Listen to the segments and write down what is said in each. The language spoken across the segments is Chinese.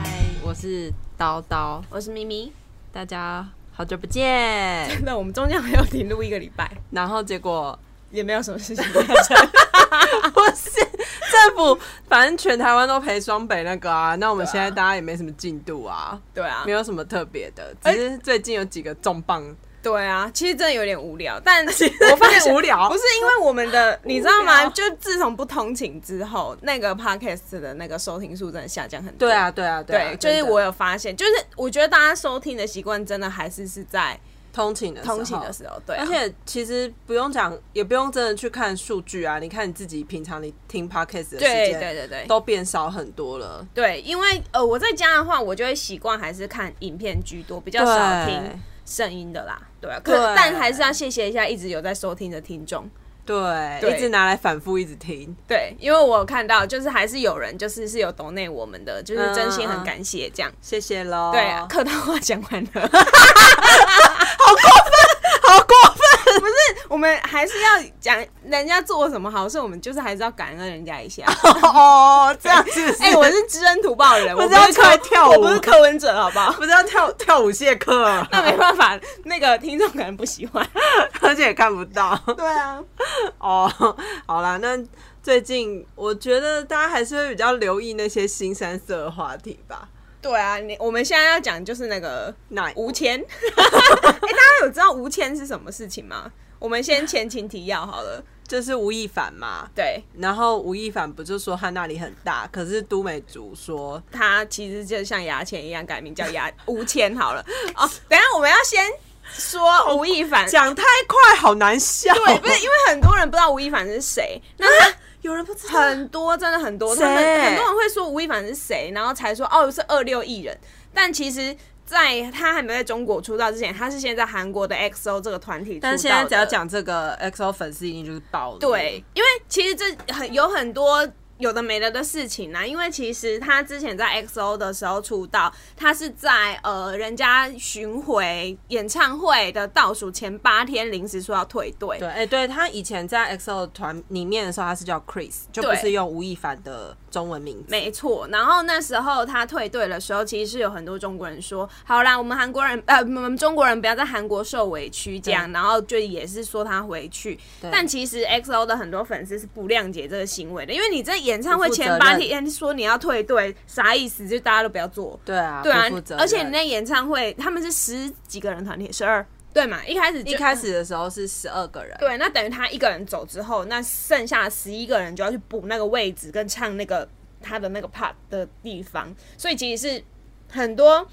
嗨，我是叨叨，我是咪咪。大家好久不见。 那我们中间还有停录一个礼拜，然后结果也没有什么事情。不是政府，反正全台湾都赔双北那个啊。那我们现在大家也没什么进度啊，哎对啊 没，有什么特别的，只是最近有几个重磅。对啊，其实真的有点无聊，但我我发 发现现无聊不是因为我们的，你知道无聊吗？就自从不通勤之后，那个 podcast 的那个收听数真的下降很多。对啊，，对啊，啊对，就是真的我有发现，就是我觉得大家收听的习惯真的还是是在通勤的时候通勤的时候，对啊，而且其实不用讲，也不用真的去看数据啊。你看你自己平常你听 podcast 的时对间，对对对都变少很多了。对，因为呃我在家的话，我就会习惯还是看影片居多，比较少听声音的啦，对啊，可对但还是要谢谢一下一直有在收听的听众。对，对一直拿来反复一直听。对，因为我有看到，就是还是有人就是是有懂内我们的，就是真心很感谢这样。谢谢喽。对啊，客套话讲完 了，好过 我们还是要讲人家做什么好事，我们就是还是要感恩人家 一下。分哦，这样子。哎、我是知恩图报的人， 我我知道不是出来柯跳舞我不是柯文哲，好 不好？不是要跳跳舞谢课， 那没办法，那个听众可能不喜欢。而且也看不到。对啊，哦，好啦，那最近我觉得大家还是会比较留意那些新三色的话题吧。对啊，你我们现在要讲就是那个那 吴谦。哎、大家有知道吴谦是什么事情吗？我们先前情提要好了。就是吴亦凡嘛，对，然后吴亦凡不就说他那里很大，可是都美竹说他其实就像牙签一样改名 叫牙吴谦好了。哦，等一下我们要先说吴亦凡，讲太快，好难笑。对，不是因为很多人不知道吴亦凡是谁，那他有人不 知道，很多真的很多，谁他们很多人会说吴亦凡是谁，然后才说哦是二六艺人，但其实。在他还没在中国出道之前，他是先在韩国的 XO 这个团体出道但现在只要的讲这个 XO 粉丝一定就是爆了。对，，因为其实这很有很多有的没的的事情啦、因为其实他之前在 XO 的时候出道，他是在呃人家巡回演唱会的倒数前八天临时说要退队。对，哎、对他以前在 XO 团里面的时候，他是叫 Chris，就不对是用吴亦凡的中文名字。没错，然后那时候他退队的时候，其实是有很多中国人说：“好啦，我们韩国人 呃，我们中国人不要在韩国受委屈这样。”然后就也是说他回去，但其实 XO 的很多粉丝是不谅解这个行为的，因为你在演唱会前八不负责天哎说你要退队，啥意思？就大家都不要做。对啊，对啊不负责，任而且你那演唱会他们是十几个人团体，十二对嘛？一开始就一开始的时候是十二个人，对，那啊等于他一个人走之后，那剩下十一个人就要去补那个位置跟唱那个他的那个 part 的地方，所以其实是很多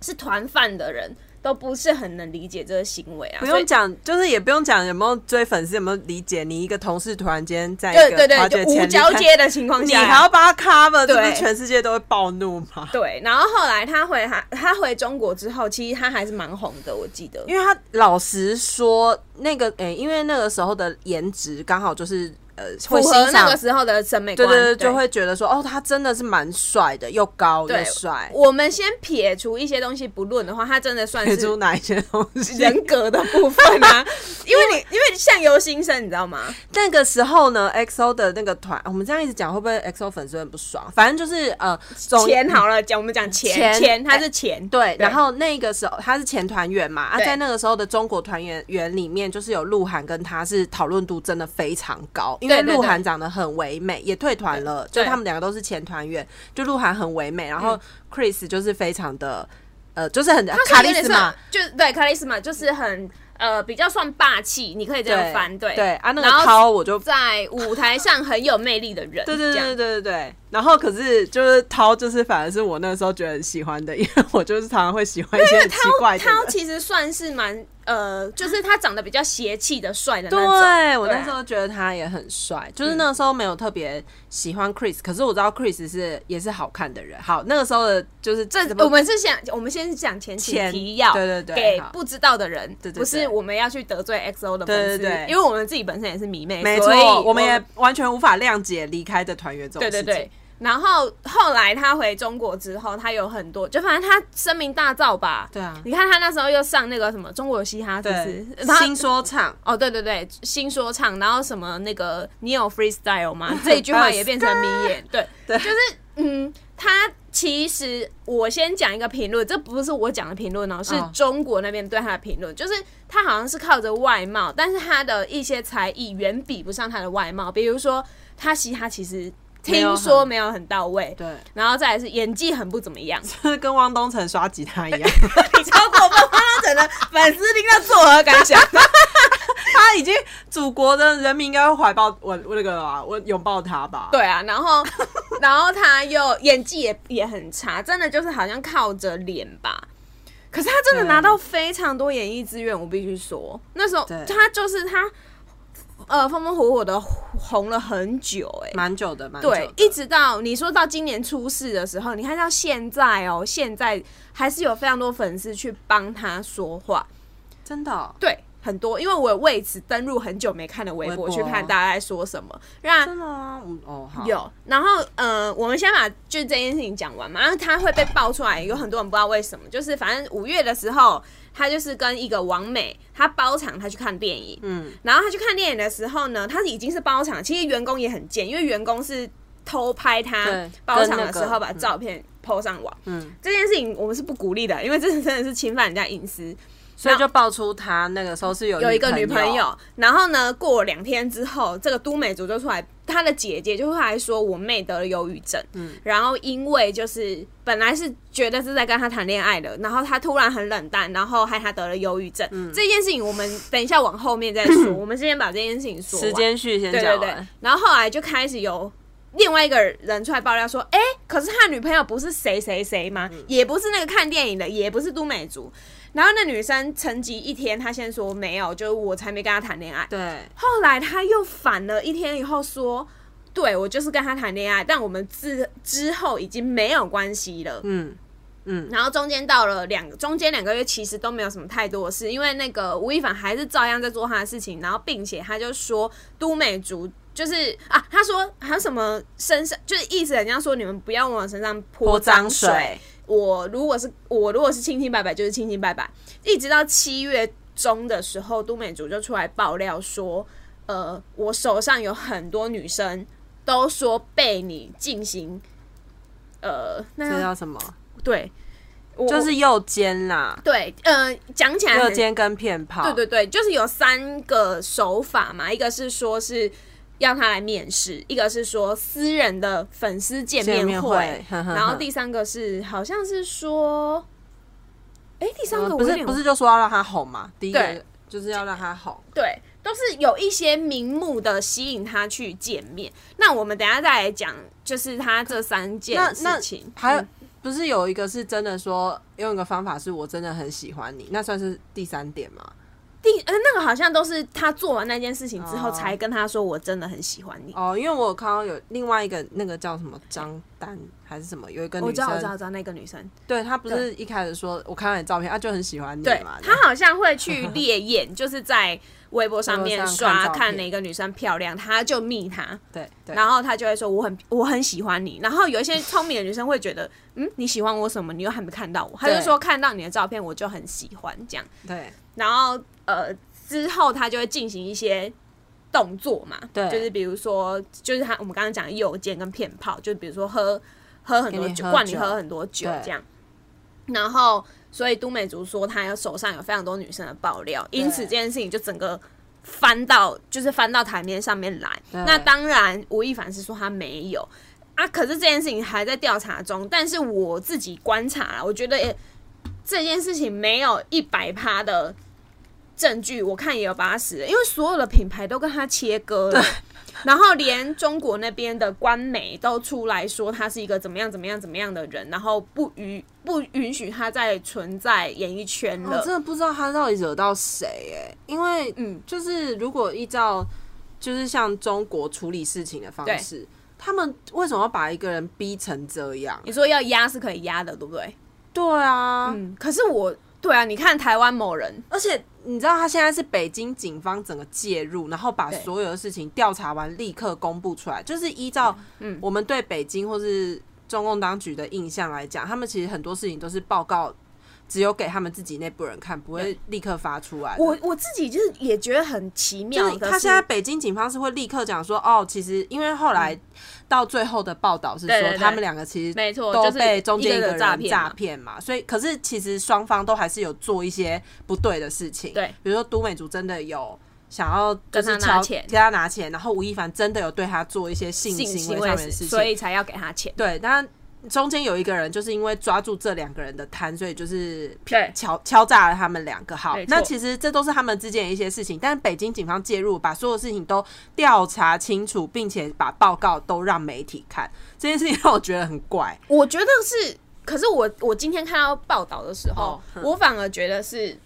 是团饭的人都不是很能理解这个行为啊。不所以用讲，就是也不用讲有没有追粉丝，有没有理解你一个同事突然间在一对个对花姐对，就前无离交开接的情况你下，还要帮他 cover，这不是对全世界都会暴怒吗？对。然后后来他回他他回中国之后，其实他还是蛮红的，我记得。因为他老实说，那个诶、因为那个时候的颜值刚好就是呃，会符欣合那赏个时候的审美对观，对对，就会觉得说哦，他真的是蛮帅的，又高又对帅。我们先撇除一些东西不论的话，他真的算给是出哪一些东 西？人格的部分啊， 因为你因为相由心生，你知道吗？那个时候呢，XO 的那个团，我们这样一直讲，会不会 XO 粉丝很不爽？反正就是呃，总钱好了，讲我们讲钱钱钱，它是钱，对，然后那个时候他是前团员嘛，啊，对在那个时候的中国团员员里面，就是有鹿晗跟他是讨论度真的非常高，因为对对对鹿晗长得很唯美，也退团了，就对他们两个都是前团员，就鹿晗很唯美，然后 Chris 就是非常的。呃，就是很它卡是有丽点斯嘛像，，就对卡丽斯玛就是很呃比较算霸气，你可以这样翻对对啊，那个然后涛我就在舞台上很有魅力的人， 对对对这对对样对对。然后可是就是涛，就是反而是我那时候觉得很喜欢的，因为我就是常常会喜欢一些很奇怪涛的涛人。其实算是蛮呃，就是他长得比较邪气的帅的那种，对我那啊时候觉得他也很帅，就是那时候没有特别喜欢 Chris，、可是我知道 Chris 是也是好看的人。好，那个时候的就是这怎么我们是想，我们先讲前期前提要，对对对给好不知道的人，对对不对是我们要去得罪 XO 的对粉丝，对对因为我们自己本身也是迷妹，没所以错，我我们也完全无法谅解离开的团员这种对事对情。对。然后后来他回中国之后，他有很多，就反正他声名大噪吧。对啊你看他那时候又上那个什么《中国有嘻哈》，是对不是？然，后新说唱，哦，对对对，新说唱，然后什么那个你有 freestyle 吗？这一句话也变成名言， 对，对就是嗯，他其实我先讲一个评论，这不是我讲的评论哦，是哦中国那边对他的评论，就是他好像是靠着外貌，但是他的一些才艺远比不上他的外貌，比如说他嘻哈其实没有听很说没有很到位，对， 然后再来是演技很不怎么样，就是跟汪东城刷吉他一 样，你超过分，汪东城的粉丝听到作何感想？他已经祖国的人民应该会怀抱我我那个啊，我拥抱他吧。对啊，然后 然后他又演技也也很差，真的就是好像靠着脸吧。可是他真的对拿到非常多演艺资源，我必须说，那时候对他就是他，呃，风风火火的红了很久、欸，哎，蛮久的，蛮久对的，一直到你说到今年出事的时候，你看到现在哦，现在还是有非常多粉丝去帮他说话，真的哦、对，很多，因为我有为此登录很久没看的微博微博去看大家在说什么，让真的啊，嗯哦好，有，然后呃，我们先把就这件事情讲完嘛，然后他会被爆出来，有很多人不知道为什么，就是反正五月的时候，他就是跟一个王美，他包场他去看电影，嗯，然后他去看电影的时候呢，他已经是包场，其实员工也很贱，因为员工是偷拍他对包跟场那的时个候把嗯照片 PO 上网，嗯，这件事情我们是不鼓励的，因为这真的是侵犯人家隐私，所以就爆出他那个时候是有有一一个女朋朋，友，然后呢，过两天之后，这个都美竹就出来，她的姐姐就出来说我妹得了忧郁症，嗯，然后因为就是本来是觉得是在跟她谈恋爱的，然后她突然很冷淡，然后害她得了忧郁症，这件事情我们等一下往后面再 说，我们先把这件事情说完时间序先对对讲对完，，然后后来就开始有另外一个人出来爆料说，哎、可是他女朋友不是谁谁谁吗？嗯也不是那个看电影的，也不是都美竹。然后那女生沉寂一天，她先说没有，就是我才没跟他谈恋爱。对后来她又反了一天以后说，对我就是跟他谈恋爱，但我们之之后已经没有关系了。嗯嗯，然后中间到了两中间两个月，其实都没有什么太多的事，因为那个吴亦凡还是照样在做他的事情，然后并且他就说都美竹就是啊，他说还有什么身上就是意思，人家说你们不要往我身上泼泼脏脏水我如果是我如果是清清白白，就是清清白白，一直到七月中的时候，都美竹就出来爆料说，呃，我手上有很多女生都说被你进行，呃，那这叫叫什么？对。我就是右肩啦，对，呃，讲起来右很，肩跟骗炮，对对对，就是有三个手法嘛，一个是说是让他来面试，一个是说私人的粉丝见见面面会会，嗯呵呵呵然后第三个是好像是说，哎、第三个嗯我不有是点不是就说要让他吼嘛，第一对个就是要让他吼，对，都是有一些名目的吸引他去见面。那我们等一下再来讲，就是他这三件那那事情，嗯还有。不是有一个是真的说用一个方法是我真的很喜欢你，那算是第三点嘛？第呃那个好像都是他做完那件事情之后哦才跟他说我真的很喜欢你。哦，因为我有看到有另外一个那个叫什么张丹还是什么，有一个我女知哦道，我知道，我生，知道那个女生。对她不是一开始说我看到你照片，她就很喜欢你对嘛，他好像会去 烈焰，就是在微博上面微博上看刷照片看哪个女生漂亮，他就密她，对对，然后他就会说我很我很喜欢你。然后有一些聪明的女生会觉得，嗯，你喜欢我什么？你又还没看到我，他就对说看到你的照片我就很喜欢这样。对然后呃之后他就会进行一些。动作嘛，对就是比如说，就是他我们刚刚讲的右肩跟骗炮，就比如说喝喝很多给你酒，喝灌你酒喝很多酒对这样。然后，所以都美竹说她有手上有非常多女生的爆料，因此这件事情就整个翻到就是翻到台面上面来。对那当然，吴亦凡是说他没有啊，可是这件事情还在调查中。但是我自己观察了，我觉得、诶这件事情没有一百趴的证据，我看也有八十，因为所有的品牌都跟他切割了。然后连中国那边的官媒都出来说他是一个怎么样怎么样怎么样的人，然后不允不允许他再存在演艺圈我了。真的不知道他到底惹到谁哎、因为嗯嗯，就是如果依照就是像中国处理事情的方对式，他们为什么要把一个人逼成这样？你说要压是嗯可以压的，对不对？对啊，嗯，可是我对啊，你看台湾某人，而且你知道他现在是北京警方整个介入，然后把对所有的事情调查完，立刻公布出来，就是依照嗯我们对北京或是中共当局的印象来讲，他们其实很多事情都是报告。只有给他们自己内部人看，不会立刻发出来的。我我自己就是也觉得很奇就妙，是可他现在北京警方是会立刻讲说，哦，其实因为后来到最后的报道是嗯对对说对他们两个其实没错都就是被中间一个个个诈人骗诈嘛骗嘛，所以可是其实双方都还是有做一些不对的事情，对，比如说都美竹真的有。想要就跟是他敲拿钱给他拿钱，然后吴亦凡真的有对他做一些性性行行为上为面的事情，所以才要给他钱。对，但中间有一个人就是因为抓住这两个人的贪，所以就是对敲敲诈了他们两个。好没，错那其实这都是他们之间的一些事情，但北京警方介入，把所有事情都调查清楚，并且把报告都让媒体看，这件事情让我觉得很怪。我觉得是，可是我我今天看到报道的时候哦，哼我反而觉得是。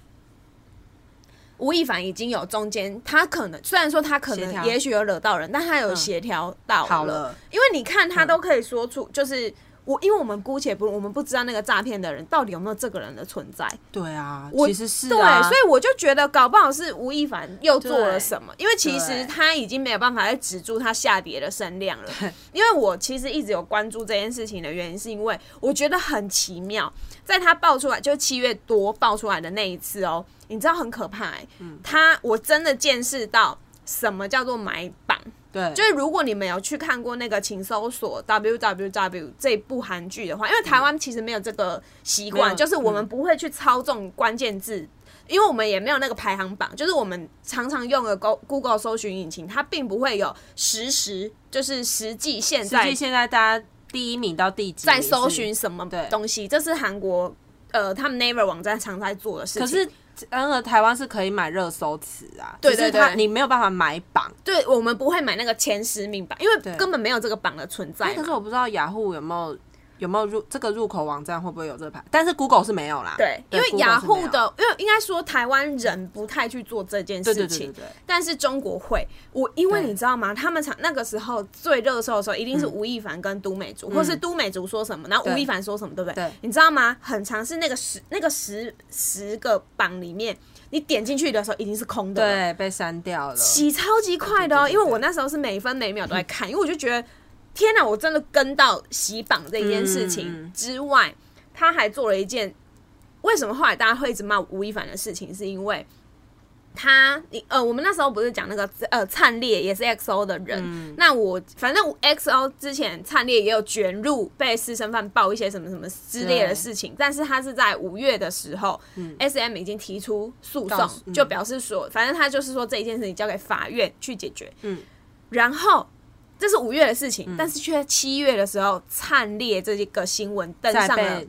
吴亦凡已经有中间，他可能虽然说他可协能调也许有惹到人，但他有嗯协调到好了因为你看他都可以说出，就是我，因为我们姑且不，我们不知道那个诈骗的人到底有没有这个人的存在，对啊，我其实是对，啊，所以我就觉得搞不好是吴亦凡又做了什么，因为其对实他已经没有办法再止住他下跌的声量了。因为我其实一直有关注这件事情的原因，是因为我觉得很奇妙，在他爆出来就七月多爆出来的那一次哦，你知道很可怕、欸，嗯他我真的见识到什么叫做买榜。对，就是如果你们有去看过那个请搜索 W W W 这部韩剧的话，因为台湾其实没有这个习没惯，有就是我们不会去操纵关键字。因为我们也没有那个排行榜，就是我们常常用的 Go- Google 搜寻引擎，它并不会有实时，就是实际现实在际现在大家第一名到第几在名是搜寻，什么对东西，这是韩国呃他们 Naver 网站常在做的事情。可是。嗯，而台湾是可以买热搜词啊，对只是对它对你没有办法买榜。对我们不会买那个前十名榜，因对为根本没有这个榜的存在哎，嘛。可是我不知道雅虎有没有有没有入这个入口网站会不会有这个牌，但是 Google 是没有啦。对，因为 Google 雅是没虎有的，因为应该说台湾人不太去做这件对事对情，对对对，但是中国会。我因为对嗯你知道吗？他们常那个时候最热搜的时候，一定是吴亦凡跟都美竹，或是都美竹说什么，然后对吴亦凡说什么，对不对？对你知道吗？很常是那个十那个十十个榜里面，你点进去的时候一定是空的。。对被删掉了。洗超级快的哦，对对对对因为我那时候是每分每秒都在看，因为我就觉得天哪，我真的跟到洗榜这件事嗯嗯情嗯之外，他还做了一件为什么后来大家会一直骂吴亦凡的事情，是因为。他，你呃，我们那时候不是讲那个呃，灿烈也是 XO 的人。嗯那我反正我 XO 之前灿烈也有卷入被私生饭爆一些什么什么之类对的嗯事情，但是他是在五月的时候、s m 已经提出诉告讼诉，嗯就表示说，反正他就是说这一件事情交给法院去解决。嗯，然后这是五月的事情，但是却七月的时候，灿烈这一个新闻登再上了被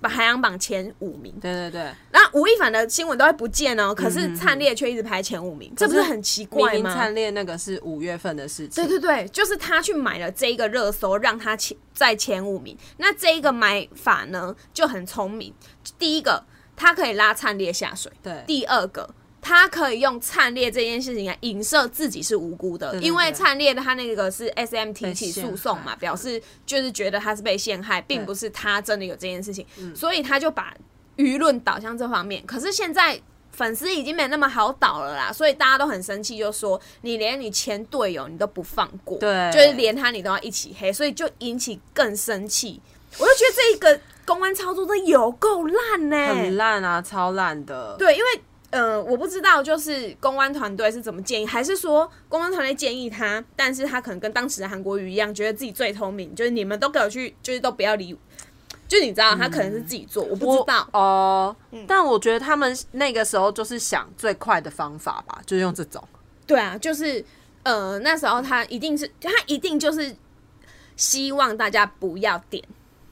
排行榜前五名。对对对，那吴亦凡的新闻都会不见哦，可嗯是灿烈却一直排前五名，这不是很奇明怪明吗？灿烈那个是五月份的事情。对对对，就是他去买了这一个热搜，让他前在前五名。那这一个买法呢就很聪明，第一个他可以拉灿烈下水，对第二个，他可以用灿烈这件事情来影射自己是无辜的，对对因为对灿烈的他那个是 S M 提被起陷诉讼嘛，害表示就是觉得他是被陷害，并不是他真的有这件事情，嗯所以他就把舆论导向这方面。可是现在。粉丝已经没那么好导了啦，所以大家都很生气，就说你连你前队友你都不放过，对就是连他你都要一起黑，所以就引起更生气。我就觉得这个公关操作真的有够烂呢、很烂啊，超烂的。对，因为呃，我不知道就是公关团队是怎么建议，还是说公关团队建议他，但是他可能跟当时的韩国瑜一样，觉得自己最聪明，就是你们都给我去，就是都不要理我，就你知道他可能是自己做，我不知道。嗯哦、但我觉得他们那个时候就是想最快的方法吧，就用这种。对啊，就是呃，那时候他一定是他一定就是希望大家不要点，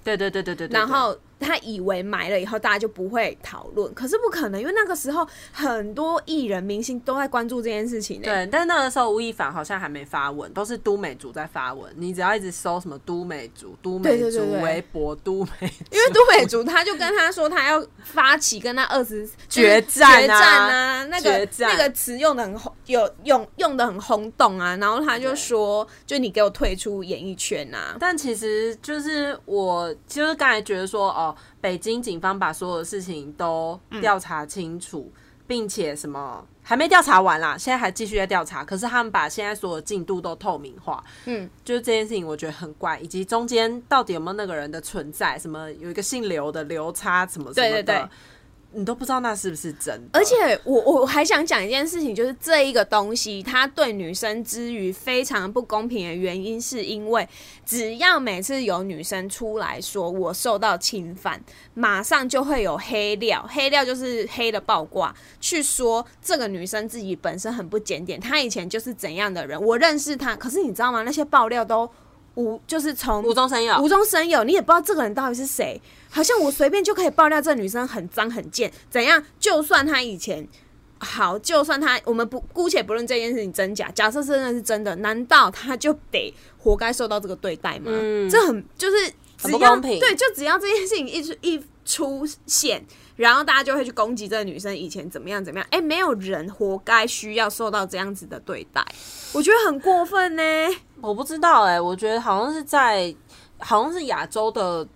对对对对对对。然后。他以为买了以后大家就不会讨论，可是不可能，因为那个时候很多艺人、明星都在关注这件事情、呢。欸对，但那个时候吴亦凡好像还没发文，都是都美竹在发文。你只要一直搜什么都美竹、都美对对对竹对微博、都美竹，因为都美竹他就跟他说，他要发起跟他二十 决战啊决战啊，那个决战那个词用的很轰，有用用的很轰动啊。然后他就说，就你给我退出演艺圈啊。但其实就是我，就是嗯刚才觉得说，哦，北京警方把所有的事情都调查清楚，并且什么还没调查完啦，现在还继续在调查。可是他们把现在所有进度都透明化，嗯，就是这件事情我觉得很怪，以及中间到底有没有那个人的存在，什么有一个姓刘的刘叉什么什么的，对对对你都不知道那是不是真的。而且我我我还想讲一件事情，就是这一个东西，它对女生之余非常不公平的原因，是因为只要每次有女生出来说我受到侵犯，马上就会有黑料，黑料就是黑的爆挂，去说这个女生自己本身很不检点，她以前就是怎样的人，我认识她，可是你知道吗？那些爆料都无，就是从无中生有，无中生有，你也不知道这个人到底是谁，好像我随便就可以爆料这女生很脏很贱，怎样？就算她以前好，就算她，我们不姑且不论这件事情真假，假设真的是真的，难道她就得活该受到这个对待吗？嗯这很就是很只不要公平对，就只要这件事情一出一出现。然后大家就会去攻击这个女生以前怎么样怎么样，哎，没有人活该需要受到这样子的对待，我觉得很过分呢、我不知道哎、我觉得好像是在，好像是亚洲的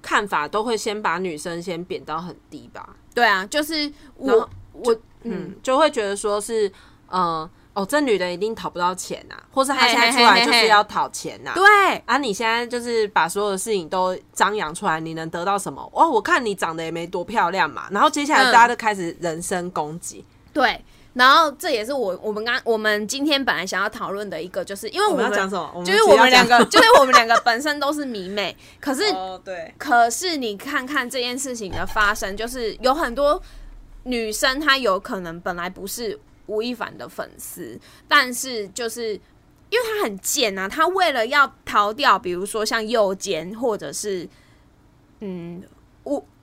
看法都会先把女生先贬到很低吧，对啊，就是然后我我嗯，嗯，就会觉得说是，嗯、哦，这女的一定讨不到钱呐、或是她嘿现在嘿出来嘿就嘿是要讨钱呐、对，啊，你现在就是把所有的事情都张扬出来，你能得到什么？哦，我看你长得也没多漂亮嘛。然后接下来嗯大家就开始人身攻击，对，然后这也是我我们刚我们今天本来想要讨论的一个，就是因为我我们们要讲什么？只就是要我们两讲个，就是我们两个本身都是迷妹，可是、哦， 对，可是你看看这件事情的发生，就是有很多女生她有可能本来不是吴亦凡的粉丝，但是就是。因为她很贱啊，她为了要逃掉，比如说像右肩或者是嗯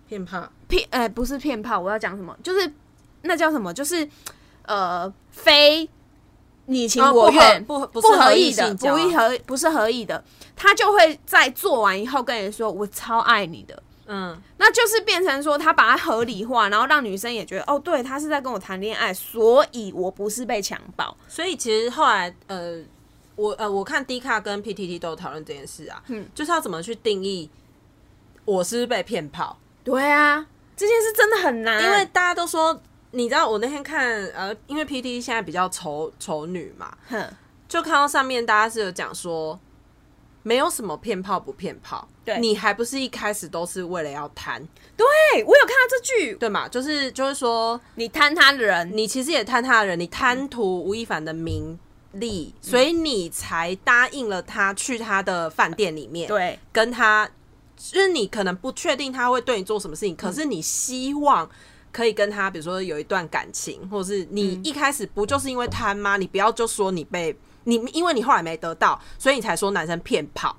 骗怕骗呃不是骗炮，我要讲什么？就是那叫什么？就是呃非你情我愿、哦不合不哦不不是合意的，性交不一合不是合意的，他就会在做完以后跟人说我超爱你的。嗯，那就是变成说，他把它合理化，然后让女生也觉得，哦，对他是在跟我谈恋爱，所以我不是被强暴。所以其实后来呃，我呃我看 D 卡跟 PTT 都有讨论这件事啊，嗯就是要怎么去定义我是不是被骗炮。对啊，这件事真的很难，因为大家都说，你知道我那天看，呃，因为 P T 现在比较丑丑女嘛，哼，就看到上面大家是有讲说，没有什么骗炮不骗炮，对你还不是一开始都是为了要贪，对我有看到这句，对嘛？就是就是说，你贪他的人，你其实也贪他的人，你贪图吴亦凡的名利，所以你才答应了他去他的饭店里面，对跟他，就是你可能不确定他会对你做什么事情，可是你希望可以跟他，比如说有一段感情，或是你一开始不就是因为贪吗？你不要就说你被你，因为你后来没得到，所以你才说男生骗炮，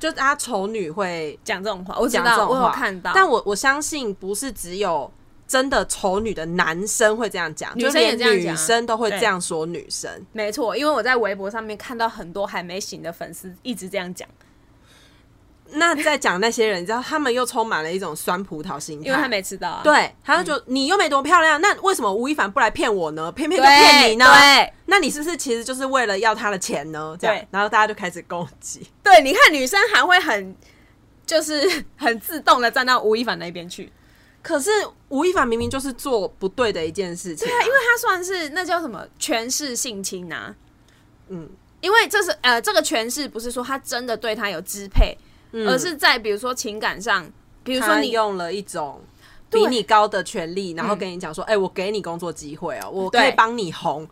就大家丑女会讲这种话，我知讲这道，种我话，有看到，但我我相信不是只有。真的丑女的男生会这样讲，女生就连也这样讲啊女生都会对这样说女生。没错，因为我在微博上面看到很多还没醒的粉丝一直这样讲，那在讲那些人，你知道他们又充满了一种酸葡萄心态，因为他没吃到啊。对，他就你又没多漂亮，那为什么吴亦凡不来骗我呢？偏偏就对骗你呢？对那你是不是其实就是为了要他的钱呢？这样对，然后大家就开始攻击。 对，你看女生还会很就是很自动的站到吴亦凡那边去，可是吴亦凡明明就是做不对的一件事情啊、因为他算是那叫什么权势性侵啊，嗯因为这是呃这个权势不是说他真的对他有支配，嗯而是在比如说情感上，比比如说你用了一种。对嗯比你高的权利，然后跟你讲说，哎、我给你工作机会哦，我可对嗯以帮你红，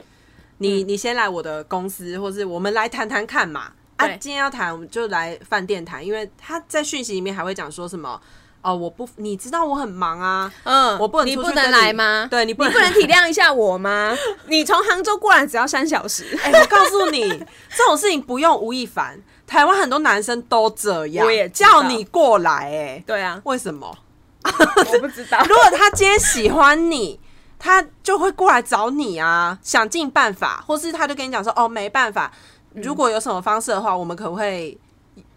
你你先来我的公司，或是我们来谈谈看嘛。啊对，今天要谈，我们就来饭店谈，因为他在讯息里面还会讲说什么，哦，我不，你知道我很忙啊，嗯，我不能你出不去跟能你来吗？对你你不不能能体谅一下我吗？ 你从杭州过来只要三小时， 哎、我告诉你，这种事情不用吴亦凡，台湾很多男生都这样，我也知道叫你过来、哎，对啊，为什么？ 我不知道如果他今天喜欢你，他就会过来找你啊，想尽办法，或是他就跟你讲说，哦，没办法，如果有什么方式的话，我们可不可以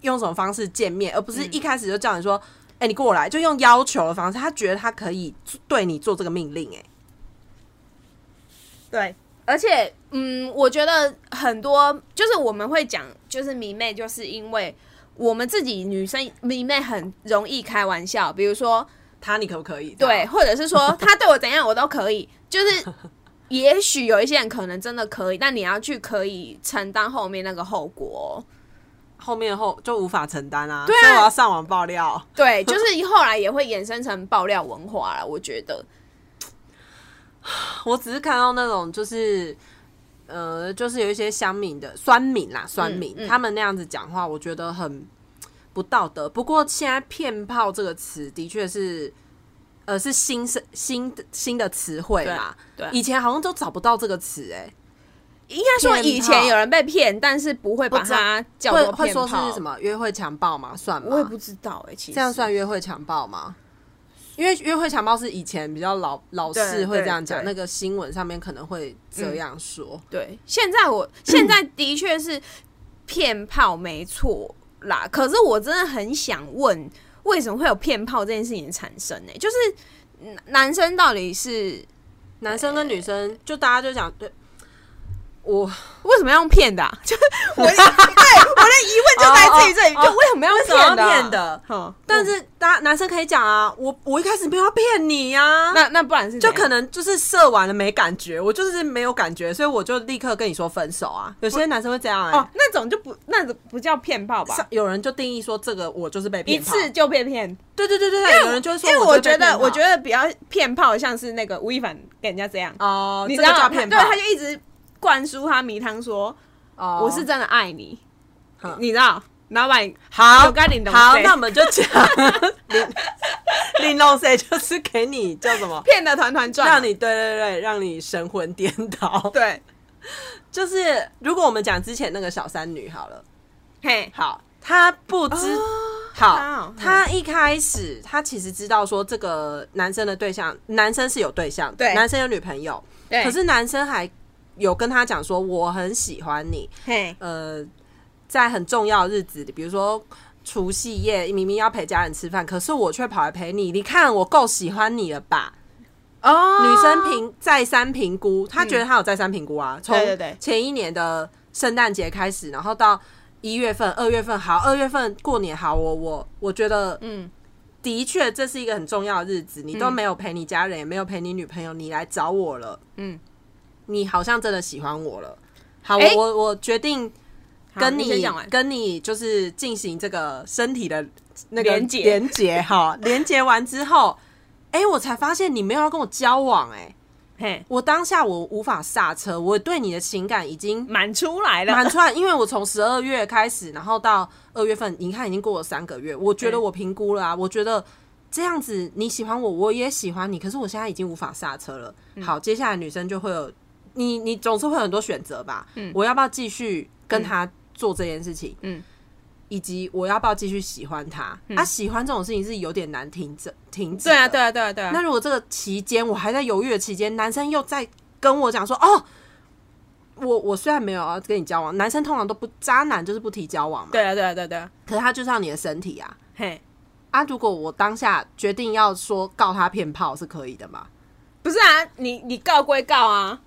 用什么方式见面，而不是一开始就叫你说，哎、你过来，就用要求的方式，他觉得他可以对你做这个命令、哎，对，而且嗯，我觉得很多就是我们会讲，就是迷妹，就是因为我们自己女生迷妹很容易开玩笑，比如说。他你可不可以？对，或者是说他对我怎样我都可以，就是也许有一些人可能真的可以，但你要去可以承担后面那个后果哦、后面后就无法承担啊，对啊所以我要上网爆料。 对，就是后来也会衍生成爆料文化了，我觉得。我只是看到那种就是。呃，就是有一些乡民的酸民啦，酸民、嗯嗯他们那样子讲话，我觉得很不道德。不过现在“骗炮”这个词的确是，呃，是新生新的新的词汇啦。对对以前好像都找不到这个词、哎应该说以骗前炮有人被骗，但是不会把不知道它哎，叫会做会骗说是炮。什么约会强暴吗？算吗？我也不知道哎、其实这样算约会强暴吗？因为约会强暴是以前比较老老式对会这样讲，对对嗯那个新闻上面可能会这样说。对。现 在我现在的确是骗炮没错啦，可是我真的很想问，为什么会有骗炮这件事情产生呢、就是嗯男生到底是男生跟女生就大家就讲，对我为什么要用骗的啊、 就是我对我的疑问就来自于这里，哦哦哦哦就为什么要为什么要骗的啊？骗的好，但是大家男生可以讲啊，我我一开始没有要骗你呀、啊。那那不然是怎就样可能就是射完了没感觉，我就是没有感觉，所以我就立刻跟你说分手啊。有些男生会这样哎、哦，那种就不那种不叫骗炮吧上？有人就定义说这个我就是被一骗炮次就被骗，对对对对对，有人就会说因为我我就是被觉骗得，炮我觉得比较骗炮，像是那个吴亦凡给人家这样，哦，你这知个道吗叫他骗对，炮，他就一直灌输他迷汤说、哦我是真的爱你哼，你知道，老板好，有跟你懂好，谁那我们就 讲玲玲珑谁就是给你叫什么，骗的团团转，让你对对对，让你神魂颠倒。对，就是如果我们讲之前那个小三女好了，嘿，好，她不知、她好哦，她一开始她其实知道说这个男生的对象，男生是有对象的，对男生有女朋友，对，可是男生还有跟她讲说我很喜欢你，嘿，呃，在很重要的日子里，比如说除夕夜，明明要陪家人吃饭，可是我却跑来陪你。你看我够喜欢你了吧？哦，女生评再三评估，她觉得她有再三评估啊。从嗯对对对前一年的圣诞节开始，然后到一月份、二月份，好，二月份过年好，我我我觉得嗯，的确这是一个很重要的日子，你都没有陪你家人，也没有陪你女朋友，你来找我了，嗯，你好像真的喜欢我了。好，哎我我我决定好跟你你先讲完，跟你就是进行这个身体的那个连结连接 哈，连接完之后，哎、我才发现你没有要跟我交往、哎，嘿，我当下我无法刹车，我对你的情感已经满出来了，满出来，因为我从十二月开始，然后到二月份，你看已经过了三个月，我觉得嗯我评估了啊，我觉得这样子你喜欢我，我也喜欢你，可是我现在已经无法刹车了。嗯好，接下来女生就会有你，你总是会有很多选择吧？嗯我要不要继续跟他做这件事情？嗯，以及我要不要继续喜欢他？嗯啊，喜欢这种事情是有点难停止，停止对啊，的对啊，对啊，对啊，那如果这个期间我还在犹豫的期间，男生又在跟我讲说，哦，我我虽然没有要跟你交往，男生通常都不渣男就是不提交往嘛，对啊，对啊，对啊，对啊，可是他就是要你的身体啊嘿，啊！如果我当下决定要说告他骗炮是可以的嘛？不是啊，你你告归告啊，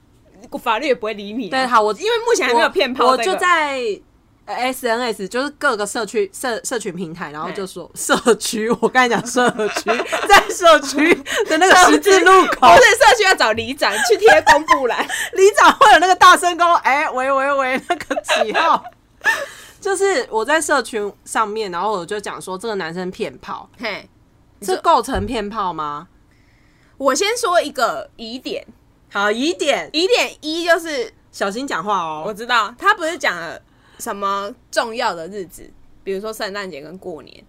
法律也不会理你啊、对，好，我因为目前还没有骗炮、我，我这个就在。呃 SNS 就是各个社区社社群平台，然后就说社区，我刚才讲社区， 在社区的那个十字路口不，是社区要 找里长去贴公布栏，里长会有那个大声公，哎、喂喂喂，那个几号？ 就是我在社群上面，然后我就讲说这个男生骗炮， 嘿，这构成骗炮吗？我先说一个疑点，好，疑点，疑点一就是小心讲话我哦。知道他不是讲了什么重要的日子，比如说圣诞节跟过年，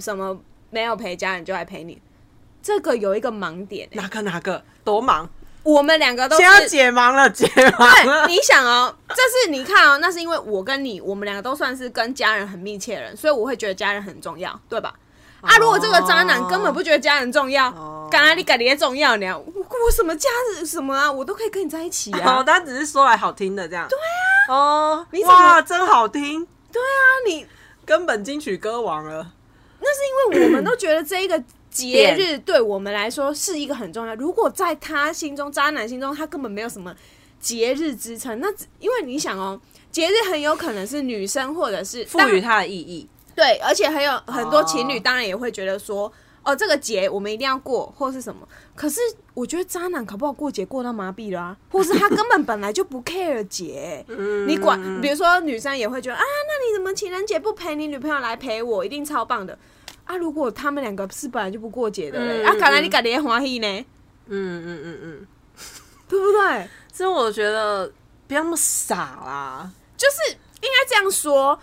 什么没有陪家人就来陪你，这个有一个盲点、欸哪个哪个多忙？我们两个都先要是。解盲了，解盲对，了。你想哦，这是你看哦，那是因为我跟你，我们两个都算是跟家人很密切的人，所以我会觉得家人很重要，对吧？啊，如果这个渣男根本不觉得家人重要哦，干哪里干也重要啊呢？我我什么家人什么啊，我都可以跟你在一起哦啊，。他只是说 来好听的这样。对啊。哦你，怎么哇，真好听，对啊，你根本金曲歌王了。那是因为我们都觉得这一个节日对我们来说是一个很重要。如果在他心中，渣男心中，他根本没有什么节日支撑。那只因为你想哦，节日很有可能是女生或者是赋予它的意义。对，而且还有很多情侣哦当然也会觉得说，哦，这个节我们一定要过，或是什么。可是我觉得渣男搞不好过节过到麻痹了啊，或是他根本本来就不 care 节。你管，比如说女生也会觉得啊，那你怎么情人节不陪你女朋友来陪我，一定超棒的。啊，如果他们两个是本来就不过节的嘞，嗯啊，嗯看来你感觉欢喜呢，嗯嗯嗯嗯，对不对？所以我觉得不要那么傻啦。就是应该这样说。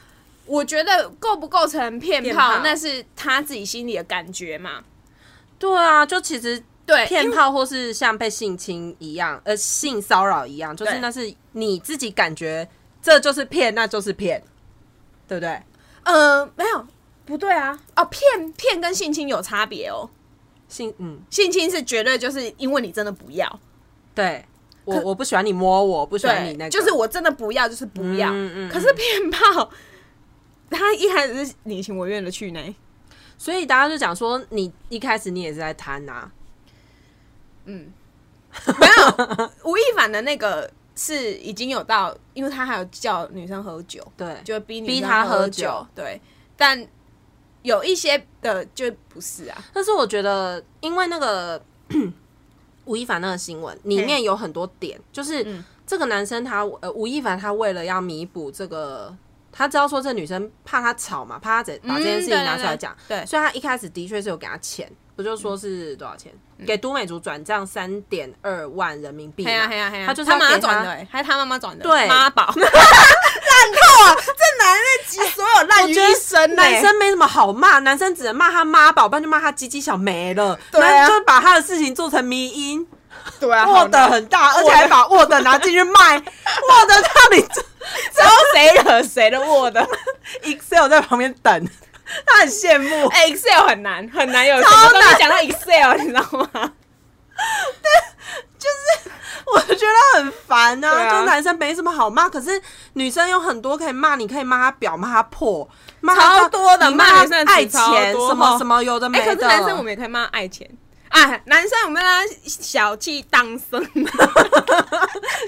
我觉得构不构成骗骗炮，炮那是他自己心里的感觉嘛。对啊，就其实对，骗哎因为炮或是像被性侵一样，呃，性骚扰一样，就是对那是你自己感觉这就是骗，那就是骗，对不对？呃，没有，不对啊。哦，骗骗跟性侵有差别哦。性嗯，性侵是绝对就是因为你真的不要，对我可我不喜欢你摸我，不喜欢对，你那个，就是我真的不要，就是不要。嗯嗯嗯可是骗炮，他一开始是你情我愿的去呢。所以大家就讲说，你一开始你也是在贪啊，嗯，没有，吴亦凡的那个是已经有到，因为他还有叫女生喝酒，对，就会逼女逼生她喝喝酒对，但有一些的就不是啊。但是我觉得，因为那个 吴亦凡那个新闻里面有很多点，就是嗯这个男生他呃吴亦凡他为了要弥补这个，他知道说这女生怕他吵嘛，怕他这把这件事情嗯对拿出来对讲，对所以他一开始的确是有给他钱，不就说是多少钱，嗯给都美竹转账三点二万人民币嘛，嘿呀嘿呀嘿呀，啊他就是他要妈给 转的、欸，还是他妈妈转的，对妈 宝烂透啊！这男人集所有烂于我觉得一身呢、男生欸没什么好骂，男生只能骂他妈宝，不然就骂他鸡鸡小没了，对啊男生就把他的事情做成迷音。对啊， Word 很大，而且还把 Word 拿进去卖。Word 到底知道谁惹谁的 Word。 Excel 在旁边等，他很羡慕。哎、x e l 很难很难有超什么东西讲到 Excel，你知道 吗？我觉得很烦对啊啊，就男生没什么好骂，可是女生有很多可以骂，你可以骂她婊，骂她破，骂她超多的你骂骂女生她的爱词超多钱什么什么有的没哎、的。可是男生我们也可以骂爱钱。哎，男生有没有让他小气当 生？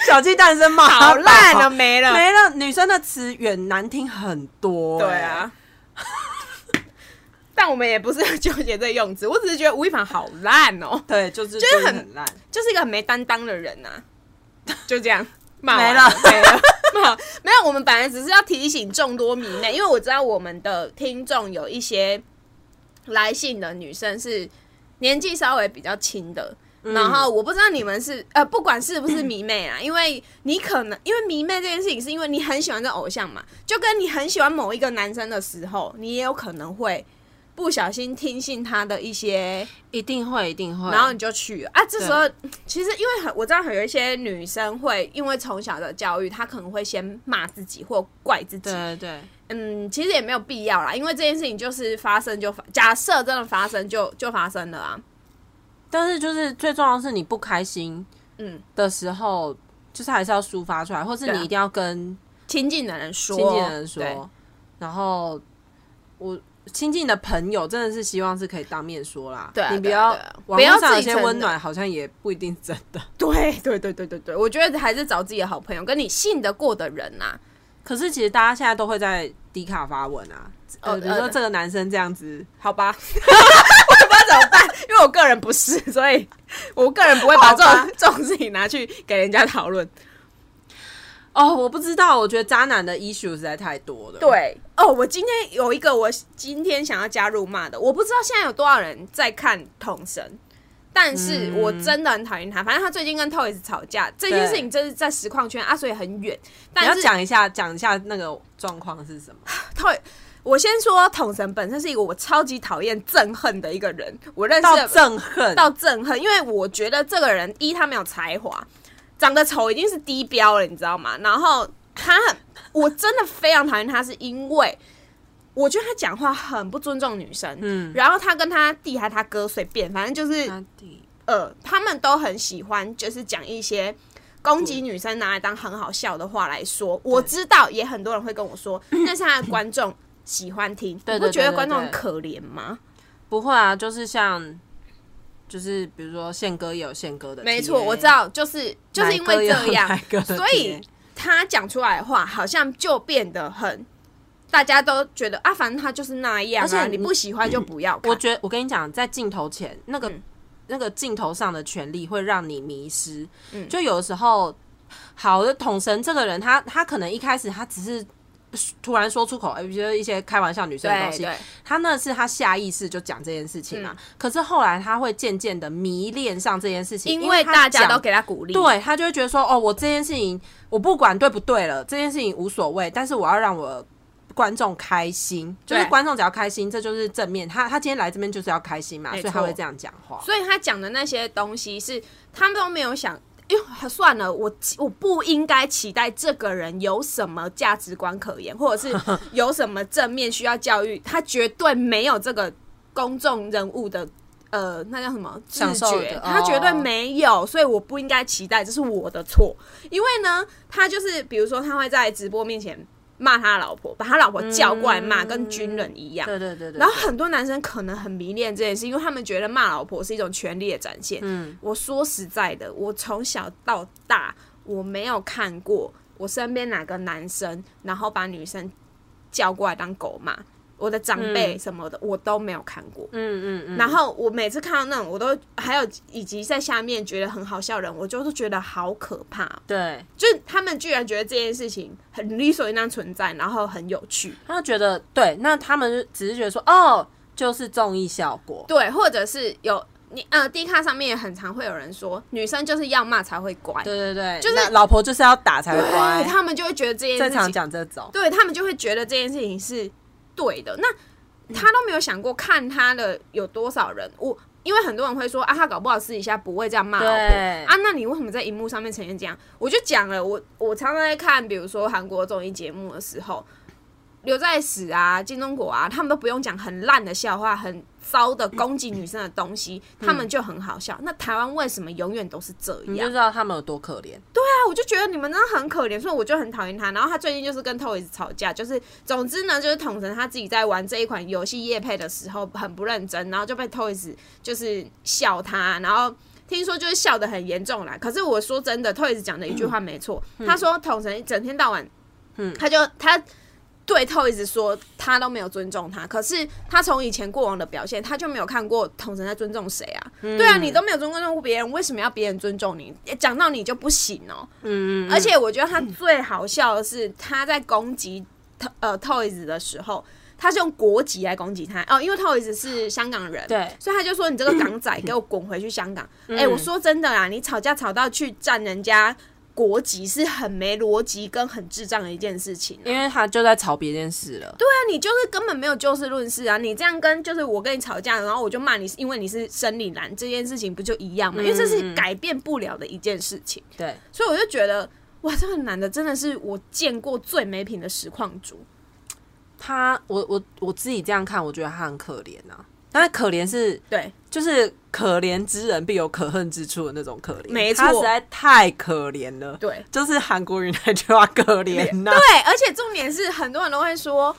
小鸡蛋生骂她好烂婊了，没了。啊没了，女生的词远难听很多、哎对啊， 但我们也不是纠结这用词，我只是觉得吴亦凡好烂哦、哎，对，就是就是真的很很烂。就是一个很没担当的人呐、就这样。骂没完了没了，没有， 没有。我们本来只是要提醒众多迷妹，因为我知道我们的听众有一些来信的女生是年纪稍微比较轻的，然后我不知道你们是呃，不管是不是迷妹啊，因为你可能因为迷妹这件事情，是因为你很喜欢这偶像嘛，就跟你很喜欢某一个男生的时候，你也有可能会不小心听信他的一些一定会，一定会。然后你就去了啊。这时候其实因为很我知道很有一些女生会因为从小的教育，她可能会先骂自己或怪自己。对对，嗯，其实也没有必要啦，因为这件事情就是发生就发，假设真的发生就就发生了啊。但是就是最重要的是你不开心，嗯，的时候，就是还是要抒发出来，或是对啊你一定要跟亲近的人说，亲近的人对说。然后我亲近的朋友真的是希望是可以当面说啦，对啊你不对啊要对啊网不要络自上有己些撑温着暖好像也不一定真的。对对对对对对，我觉得还是找自己的好朋友，跟你信得过的人 啊呐、可是其实大家现在都会在低卡发文啊，哦呃，比如呃说这个男生这样子，好吧，我也哦不知道怎么办，因为我个人不是，所以我个人不会把这好吧种这种事情拿去给人家讨论。哦，我不知道，我觉得渣男的 issue 实在太多了。，对哦，我今天有一个我今天想要加入骂的，我不知道现在有多少人在看童神，但是我嗯真的很讨厌他。反正他最近跟 Toys 吵架，这件事情真是在实况圈啊，所以很远。你要但是讲一下，讲一下那个状况是什么？ Toy，我先说童神本身是一个我超级讨厌、憎恨的一个人，我认识到的憎恨，到憎恨，因为我觉得这个人一他没有才华，长得丑已经是低标了，你知道吗？然后他很，我真的非常讨厌他，是因为我觉得他讲话很不尊重女生。嗯，然后他跟他弟还他哥随便，反正就是阿迪呃，他们都很喜欢，就是讲一些攻击女生拿来当很好笑的话来说。我知道，也很多人会跟 我说，那是他的观众喜欢听。对你不对觉得对观众对很可怜吗？不会啊，就是像，就是比如说宪哥也有宪哥的 TA，没错，我知道，就是就是因为这样奶哥也有奶哥，的所以 TA 他讲出来的话好像就变得很大家都觉得啊，反正他就是那样、啊，而且你不喜欢就不要看。我觉得我跟你讲，在镜头前那个、嗯那个镜头上的权利会让你迷失。嗯就有的时候，好的统神这个人，他他可能一开始他只是突然说出口，哎，比如说一些开玩笑女生的东对西，对，嗯他那是他下意识就讲这件事情啊。可是后来他会渐渐的迷恋上这件事情，因因为他大家讲都给他鼓励，对他就会觉得说，哦，我这件事情我不管对不对了，这件事情无所谓，但是我要让我观众开心，就是对观众只要开心，这就是正面。他他今天来这边就是要开心嘛，所没以他会错这样讲话。所以他讲的那些东西是他们都没有想。哎呦，算了，我我不应该期待这个人有什么价值观可言，或者是有什么正面需要教育，他绝对没有这个公众人物的呃，那叫什么自享受觉的，他绝对哦没有，所以我不应该期待，这是我的错。因为呢，他就是比如说，他会在直播面前骂他老婆，把他老婆叫过来骂，跟军人一样。对对对对，然后很多男生可能很迷恋这件事，因为他们觉得骂老婆是一种权力的展现。嗯，我说实在的，我从小到大我没有看过我身边哪个男生，然后把女生叫过来当狗骂，我的长辈什么的、我都没有看过。嗯嗯嗯嗯，然后我每次看到那种，我都还有以及在下面觉得很好笑的人，我就是觉得好可怕哦、对，就是他们居然觉得这件事情很理所应当存在，然后很有趣。他就觉得对，那他们就只是觉得说，哦，就是综艺效果。对，或者是有你呃，D 卡上面也很常会有人说，女生就是要骂才会乖，对对对，就是那老婆就是要打才会乖对，他们就会觉得这最件事常情，讲这种。对他们就会觉得这件事情是对的。那嗯他都没有想过看他的有多少人，我因为很多人会说啊，他搞不好私底下不会这样骂老婆对啊，那你为什么在荧幕上面呈现这样？我就讲了，我我常常在看，比如说韩国综艺节目的时候。刘在史啊、金钟国啊，他们都不用讲很烂的笑话、很糟的攻击女生的东西，他们就很好笑。那台湾为什么永远都是这你就样知？道他们有多可怜，啊，我就觉得你们真的很可怜，所以我就很讨厌他。然后他最近就是跟 Toys 吵架，就是总之呢，就是统神他自己在玩这一款游戏夜配的时候很不认真，然后就被 Toys 就是笑他，然后。听说就是笑得很严重啦，可是我说真的，Toys 讲的一句话没错，嗯他说统神整天到晚，嗯，他就他对 Toys 说他都没有尊重他，可是他从以前过往的表现，他就没有看过统神在尊重谁啊？嗯对啊，你都没有尊重过别人，为什么要别人尊重你？讲到你就不行哦、嗯，而且我觉得他最好笑的是，他在攻击 To- 呃 Toys 的时候，他是用国籍来攻击他哦，因为 Toys 是香港人，对所以他就说你这个港仔给我滚回去香港。哎、我说真的啦，你吵架吵到去占人家国籍是很没逻辑跟很智障的一件事情啊、因为他就在吵别件事了。对啊，你就是根本没有就事论事啊！你这样跟就是我跟你吵架，然后我就骂你，是因为你是生理男这件事情不就一样吗？因为这是改变不了的一件事情。对，所以我就觉得，哇，这个男的真的是我见过最没品的实况主。他，我我我自己这样看，我觉得他很可怜呐、啊。但是可怜是对，就是可怜之人必有可恨之处的那种可怜，没错他实在太可怜了。对，就是韩国语那句话“可怜”呐，对，而且重点是，很多人都会说。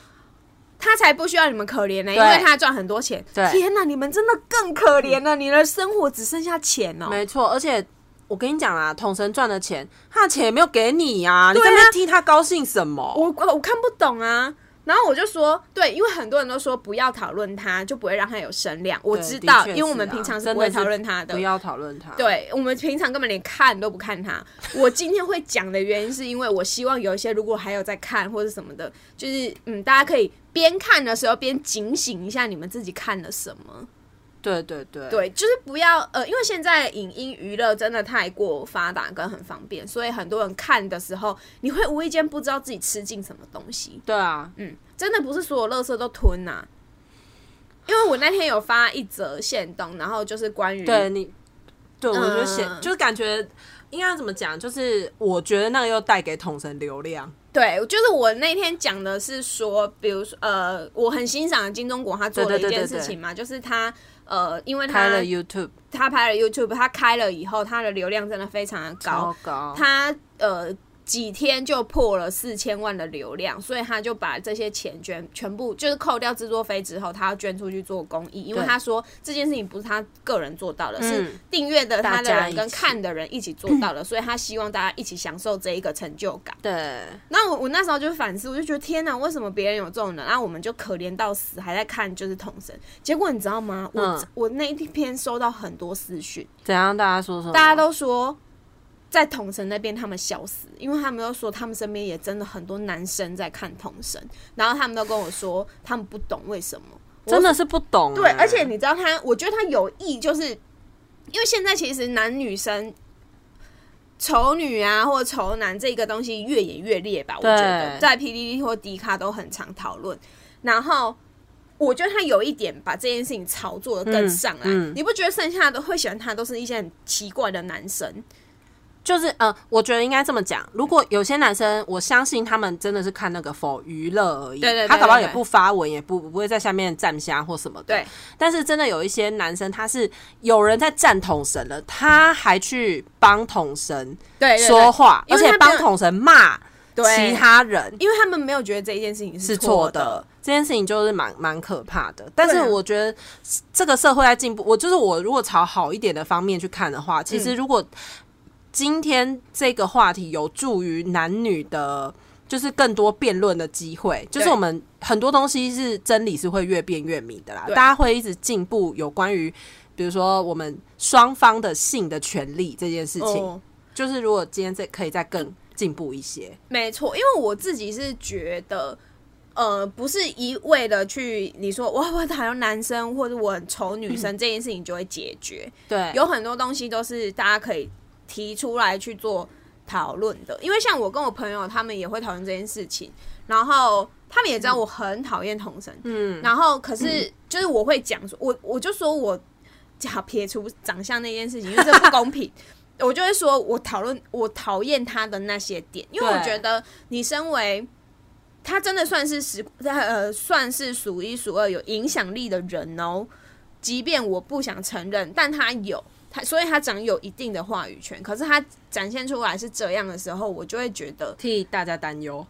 他才不需要你们可怜呢、因对为他赚很多钱。对天哪，你们真的更可怜了，你的生活只剩下钱哦、没错。而且我跟你讲啊，统神赚的钱，他的钱也没有给你啊，你对在啊那边替他高兴什么？我我我看不懂啊。然后我就说，对，因为很多人都说不要讨论他，就不会让他有声量。我对知的道，确因为我是们啊平常真不会的讨论他的不。要讨论他。，对，我们平常根本连看都不看 他。我今天会讲的原因，是因为我希望有一些如果还有在看或者什么的，就是嗯，大家可以边看的时候边警醒一下你们自己看了什么。对对对对，就是不要呃，因为现在影音娱乐真的太过发达跟很方便，所以很多人看的时候，你会无意间不知道自己吃进什么东西。对啊！嗯，真的不是所有垃圾都吞呐、因为我那天有发一则线动，然后就是关于对你，对我就写，嗯就是感觉应该怎么讲？就是我觉得那个又带给统神流量。对，就是我那天讲的是说，比如说呃，我很欣赏金钟国他做对的一对对件对事情嘛，就是他呃，因为开他了 YouTube 他拍了 YouTube，他开了以后，他的流量真的非常的高，高，他呃几天就破了四千万的流量，所以他就把这些钱捐全部就是扣掉制作费之后，他要捐出去做公益，因为对他说这件事情不是他个人做到的，是嗯订阅的他大的家人一跟起看的人一起做 到的，所以他希望大家一起享受这一个成就感。对，那我我那时候就反思，我就觉得天哪，为什么别人有这种人，啊然后我们就可怜到死，还在看就是童神。结果你知道吗？我、嗯我那一天收到很多私讯，怎样？大家说说，大家都说在童神那边他们笑死，因为他们都说他们身边也真的很多男生在看童神，然后他们都跟我说他们不懂为什么。我真的是不懂欸、对，而且你知道他，我觉得他有意，就是因为现在其实男女生丑女啊，或丑男这个东西越演越烈吧，我觉得对在 PDD 或迪卡都很常讨论。然后我觉得他有一点把这件事情炒作的更嗯上来，嗯你不觉得剩下的会喜欢他都是一些很奇怪的男生？就是呃，我觉得应该这么讲。如果有些男生，我相信他们真的是看那个否娱乐而已，对对对他搞不好对也不发文，也不不会在下面站虾或什么的。对，但是真的有一些男生，他是有人在站桶神了，他还去帮桶神对说话，因为而他且帮没有桶神骂对其他人。因为他们没有觉得这一件事情是错错的，这件事情就是蛮蛮可怕的。但是对啊我觉得这个社会在进步，我就是我如果朝好一点的方面去看的话，其实如果今天这个话题有助于男女的。就是更多辩论的机会，就是我们很多东西是真理是会越辩越明的啦，对大家会一直进步。有关于比如说我们双方的性的权利这件事情，哦就是如果今天这可以再更进步一些，没错，因为我自己是觉得，呃，不是一味的去你说哇，我很讨厌男生或者我很丑女生、这件事情就会解决，对，有很多东西都是大家可以提出来去做讨论的。因为像我跟我朋友，他们也会讨论这件事情，然后他们也知道我很讨厌同生，嗯，然后可是就是我会讲说，我我就说我假撇除长相那件事情，因为这不公 平。我就会说，我讨论我讨厌他的那些点，因为我对觉得你身为他真的算是十呃算是数一数二有影响力的人哦，即便我不想承认，但他有他，所以他掌有一定的话语权。可是他展现出来是这样的时候，我就会觉得，替大家担忧。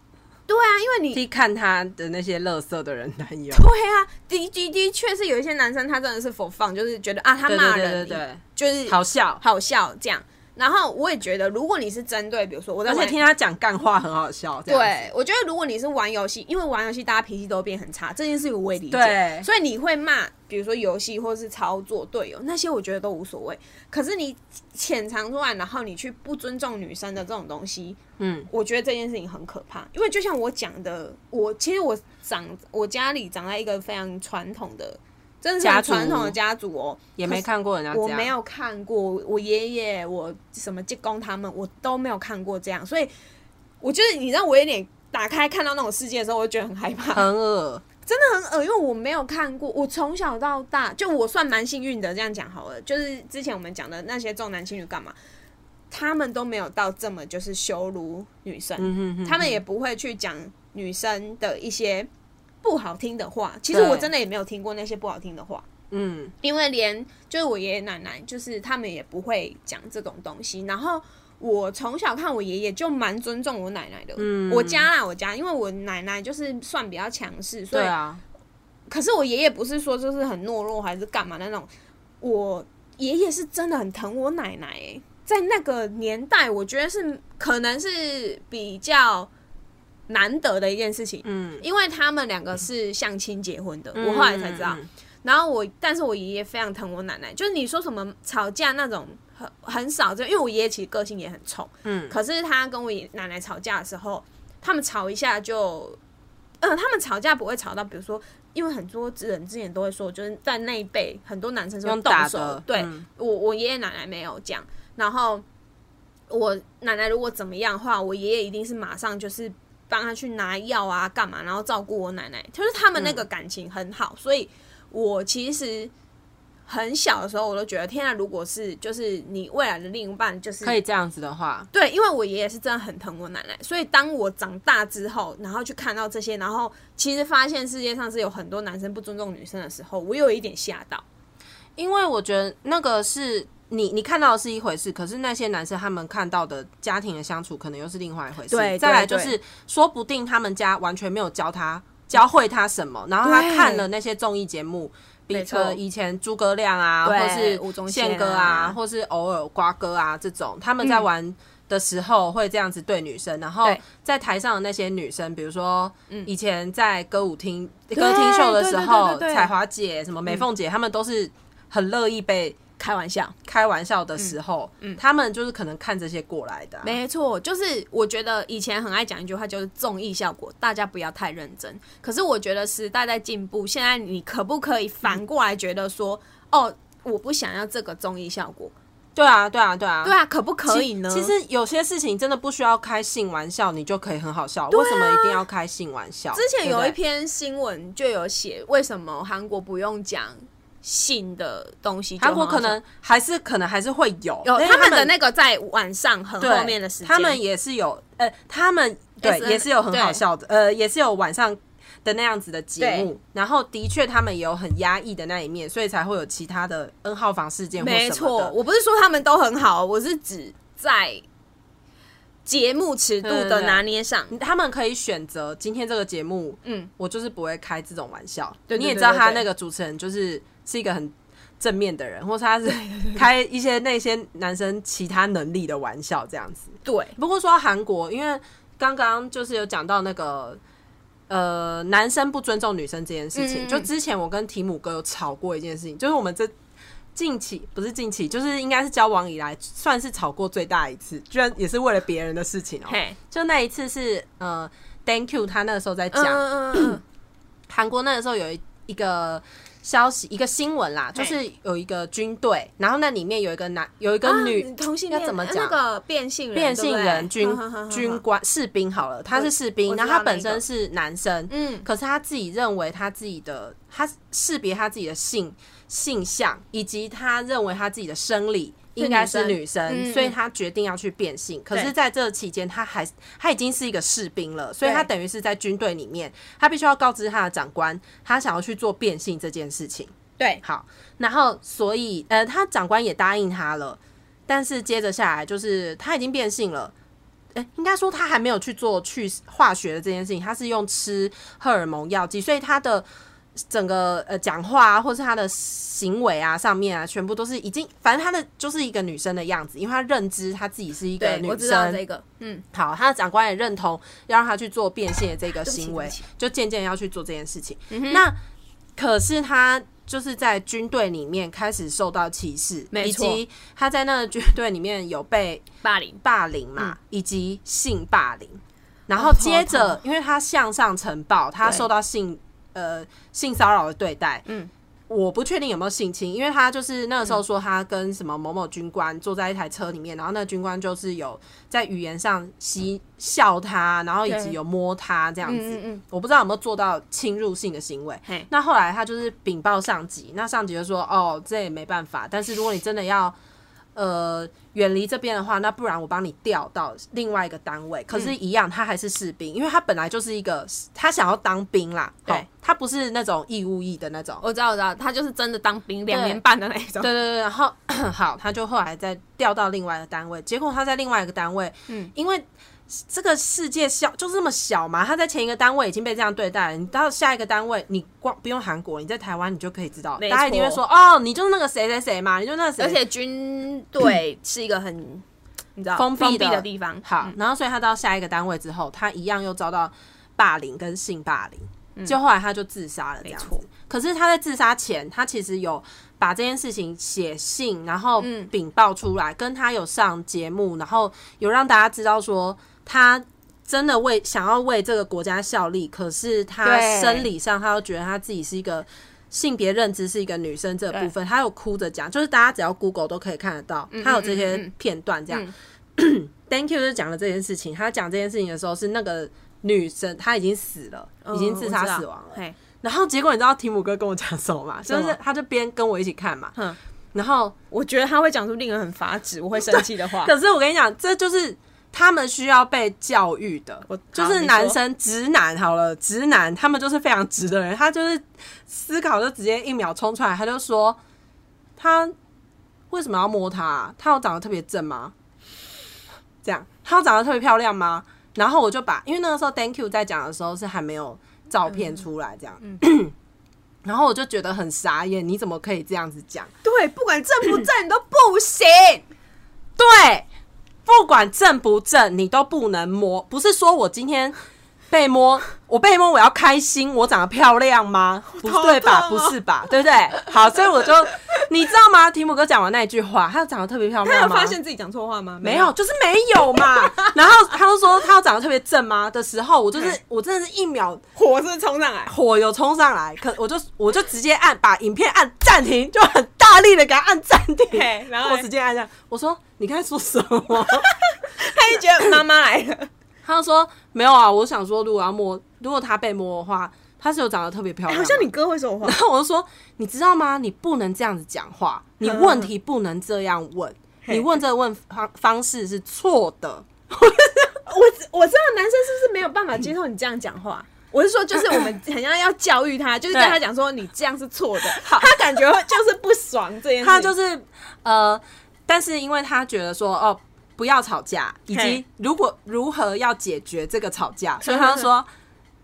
对啊，因为你替看他的那些乐色的人担 忧。对啊，的的的确是有一些男生他真的是否放，就是觉得啊他对骂对人对对对，就是好笑，好笑这样。然后我也觉得，如果你是针对，比如说我在而且玩听他讲干话很好笑。这样子，对，我觉得如果你是玩游戏，因为玩游戏大家脾气都会变很差，这件事情我也理解。对所以你会骂，比如说游戏或是操作队友那些，我觉得都无所谓。可是你潜藏出来，然后你去不尊重女生的这种东西，嗯，我觉得这件事情很可怕。因为就像我讲的，我其实我长我家里长在一个非常传统的，真的是很家族传统的家族哦，也没看过人家这我样。没有看过，我爷爷、我什么舅公他们，我都没有看过这样，所以我就是你让我有点打开看到那种世界的时候，我就觉得很害怕，很恶，真的很恶，因为我没有看过，我从小到大就我算蛮幸运的，这样讲好了，就是之前我们讲的那些重男轻女干嘛，他们都没有到这么就是羞辱女生，嗯哼哼，他们也不会去讲女生的一些不好听的话，其实我对真的也没有听过那些不好听的话。嗯，因为连就是我爷爷奶奶，就是他们也不会讲这种东西。然后我从小看我爷爷就蛮尊重我奶奶的，嗯我家啦我家，因为我奶奶就是算比较强势，所对以、啊，可是我爷爷不是说就是很懦弱还是干嘛那种，我爷爷是真的很疼我奶奶、欸。在那个年代，我觉得是可能是比较难得的一件事情，嗯，因为他们两个是相亲结婚的，我后来才知道嗯。，嗯然后我，但是我爷爷非常疼我奶奶，就是你说什么吵架那种很很少，就因为我爷爷其实个性也很冲，嗯可是他跟我爷奶奶吵架的时候，他们吵一下就，嗯、他们吵架不会吵到，比如说，因为很多人之前都会说，就是在那一辈很多男生是会用动打手的，对、嗯我我爷爷奶奶没有这样，然后我奶奶如果怎么样的话，我爷爷一定是马上就是帮他去拿药啊，干嘛，然后照顾我奶奶，就是他们那个感情很好，所以我其实。很小的时候，我都觉得天啊！如果是就是你未来的另一半，就是可以这样子的话，对，因为我爷爷是真的很疼我奶奶，所以当我长大之后，然后去看到这些，然后其实发现世界上是有很多男生不尊重女生的时候，我有一点吓到。因为我觉得那个是你你看到的是一回事，可是那些男生他们看到的家庭的相处，可能又是另外一回事。对再来就对是说不定他们家完全没有教他教会他什么，然后他对看了那些综艺节目。比没错呃，以前诸葛亮啊，对或是吴宗宪宪哥啊嗯啊，或是偶尔瓜哥啊这种，他们在玩的时候会这样子对女生，然后对嗯在台上的那些女生，比如说以前在歌舞厅、歌厅秀的对时对对候，对对嗯彩华姐、什么美凤姐，她们都是很乐意被开玩笑，开玩笑的时候，他们就是可能看这些过来的啊、嗯没错，就是我觉得以前很爱讲一句话，就是综艺效果，大家不要太认真。可是我觉得时代在进步，现在你可不可以反过来觉得说，哦，我不想要这个综艺效果？对啊，对啊，对啊，对啊，可不可以呢？其实有些事情真的不需要开性玩笑，你就可以很好笑。为什么一定要开性玩笑？啊之前有对一不对篇新闻就有写，为什么韩国不用讲性的东西就韩很好国笑？可能还是可能还是会有，有但是他们的们那个在晚上很对后面的时间，他们也是有，呃，他们对 SN 也是有很好笑的，呃，也是有晚上。的那样子的节目对，然后的确他们也有很压抑的那一面，所以才会有其他的 N 号房事件或没什么错，的。我不是说他们都很好，我是指在节目尺度对对的对拿捏上，他们可以选择今天这个节目，嗯嗯，我就是不会开这种玩笑。对对你也对知道对他对那个主持人就是是一个很正面的人，或是他是开一些那些男生其他能力的玩笑这样子。对，不过说到韩国，因为刚刚就是有讲到那个。呃，男生不尊重女生这件事情，嗯嗯就之前我跟提姆哥有吵过一件事情，就是我们这近期不是近期，就是应该是交往以来算是吵过最大一次，居然也是为了别人的事情哦、嘿，就那一次是呃，Thank you，他那个时候在嗯讲嗯嗯嗯，韩、国那个时候有一一个消息，一个新闻啦，就嘿是有一个军队，然后那里面有一个男有一个啊女、同性恋要怎么呃讲那个变性人，变性人对 军不对呵呵呵呵军官士兵好了，他我是士兵，我知然后他道那本个身是男生，嗯，可是他自己认为他自己的他识别他自己的性性向，以及他认为他自己的生理。应该是女生，嗯嗯所以他决定要去变性。可是，对在这期间，他还他已经是一个士兵了，所以对他等于是在军队里面，他必须要告知他的长官，他想要去做变性这件事情。对，好，然后所以呃，他长官也答应他了，但是接着下来就是他已经变性了。诶应该说他还没有去做去化学的这件事情，他是用吃荷尔蒙药剂，所以他的整个呃讲话啊，或是他的行为啊上面啊，全部都是已经，反正他的就是一个女生的样子，因为他认知他自己是一个对，女我知道生，这个，嗯，好，他的长官也认同要让他去做变性的这个对不起行为对不起，嗯就渐渐要去做这件事情。那可是他就是在军队里面开始受到歧视，没以错及他在那个军队里面有被霸凌，霸凌嘛，以及性霸凌。然后嗯哦头接好着痛，因为他向上呈报，他对受到性呃性骚扰的对待，嗯嗯。我不确定有没有性侵，因为他就是那个时候说他跟什么某某军官坐在一台车里面，然后那个军官就是有在语言上嬉笑他，然后以及嗯对有摸他这样嗯子，嗯嗯，我不知道有没有做到侵入性的行为嘿。那后来他就是禀报上级，那上级就说：“哦，这也没办法，但是如果你真的要呃远离这边的话，那不然我帮你调到另外一个单位。”可是，一样他还是士兵，因为他本来就是一个他想要当兵啦，对哦，他不是那种义务役的那种。我知道，我知道，他就是真的当兵两对年半的那对种，对对，然后 好，他就后来再调到另外一个单位，结果他在另外一个单位，嗯嗯，因为这个世界小就是这么小嘛，他在前一个单位已经被这样对待了，你到下一个单位，你光不用韩国，你在台湾你就可以知道，没大家一定会说哦，你就是那个谁谁谁嘛，你就那个谁，而且军队是一个很， 你知道封闭的闭的地方，好，嗯然后所以他到下一个单位之后，他一样又遭到霸凌跟性霸凌，就后来他就自杀了，这样子嗯没错。可是他在自杀前，他其实有把这件事情写信，然后嗯禀报出来，跟他有上节目，然后有让大家知道说他。真的为想要为这个国家效力，可是他对生理上，他又觉得他自己是一个性别认知是一个女生这部分，他有哭着讲，就是大家只要 Google 都可以看得到，他有这嗯嗯些嗯片段这样。嗯 Thank you 就讲了这件事情。他讲这件事情的时候是那个女生，她已经死了，嗯已经自杀死亡了。了，然后结果你知道提姆哥跟我讲什么吗？什么就是他就边跟我一起看嘛嗯，然后我觉得他会讲出令人很发指，我会生气的 话。可是我跟你讲，这就是他们需要被教育的我，就好是你男说生直男好了，直男他们就是非常直的人，他就是思考就直接一秒冲出来，他就说他为什么要摸她啊、她有长得特别正吗？这样，她有长得特别漂亮吗？然后我就把，因为那个时候 Thank you 在讲的时候是还没有照片出来，这样，嗯然后我就觉得很傻眼，你怎么可以这样子讲？对，不管正不正，你都不 行。对，不管正不正，你都不能摸。不是说我今天被摸，我被摸我要开心，我长得漂亮吗？不头对吧？痛不哦是吧？对不对？好，所以我就你知道吗？提姆哥讲完那一句话，他长得特别漂他亮有吗？发现自己讲错话吗？没有，，就是没有嘛。 然后他就说他要长得特别正吗？的时候，我就是我真的是一秒火是不是冲上来。火有冲上来，可我就我就直接按把影片按暂停，就很大力的给他按暂停嘿，然后嘞我直接按下，我说你刚才说什么？ 他就觉得妈妈来了，他就说没有啊，我想说如果要摸，如果他被摸的话，他是有长得特别漂哎亮、好像你。哥会说话然。 后我就说，你知道吗？你不能这样子讲话，你问题不能这样问，嘿你问这个问方方式是错的。我知我知道男生是不是没有办法接受你这样讲话？ 我是说，就是我们很像要教育他，就是跟对他讲说你这样是错的，他感觉就是不爽这件事情。他就是呃，但是因为他觉得说哦，不要吵架，以及嘿如果如何要解决这个吵架，所以他就说。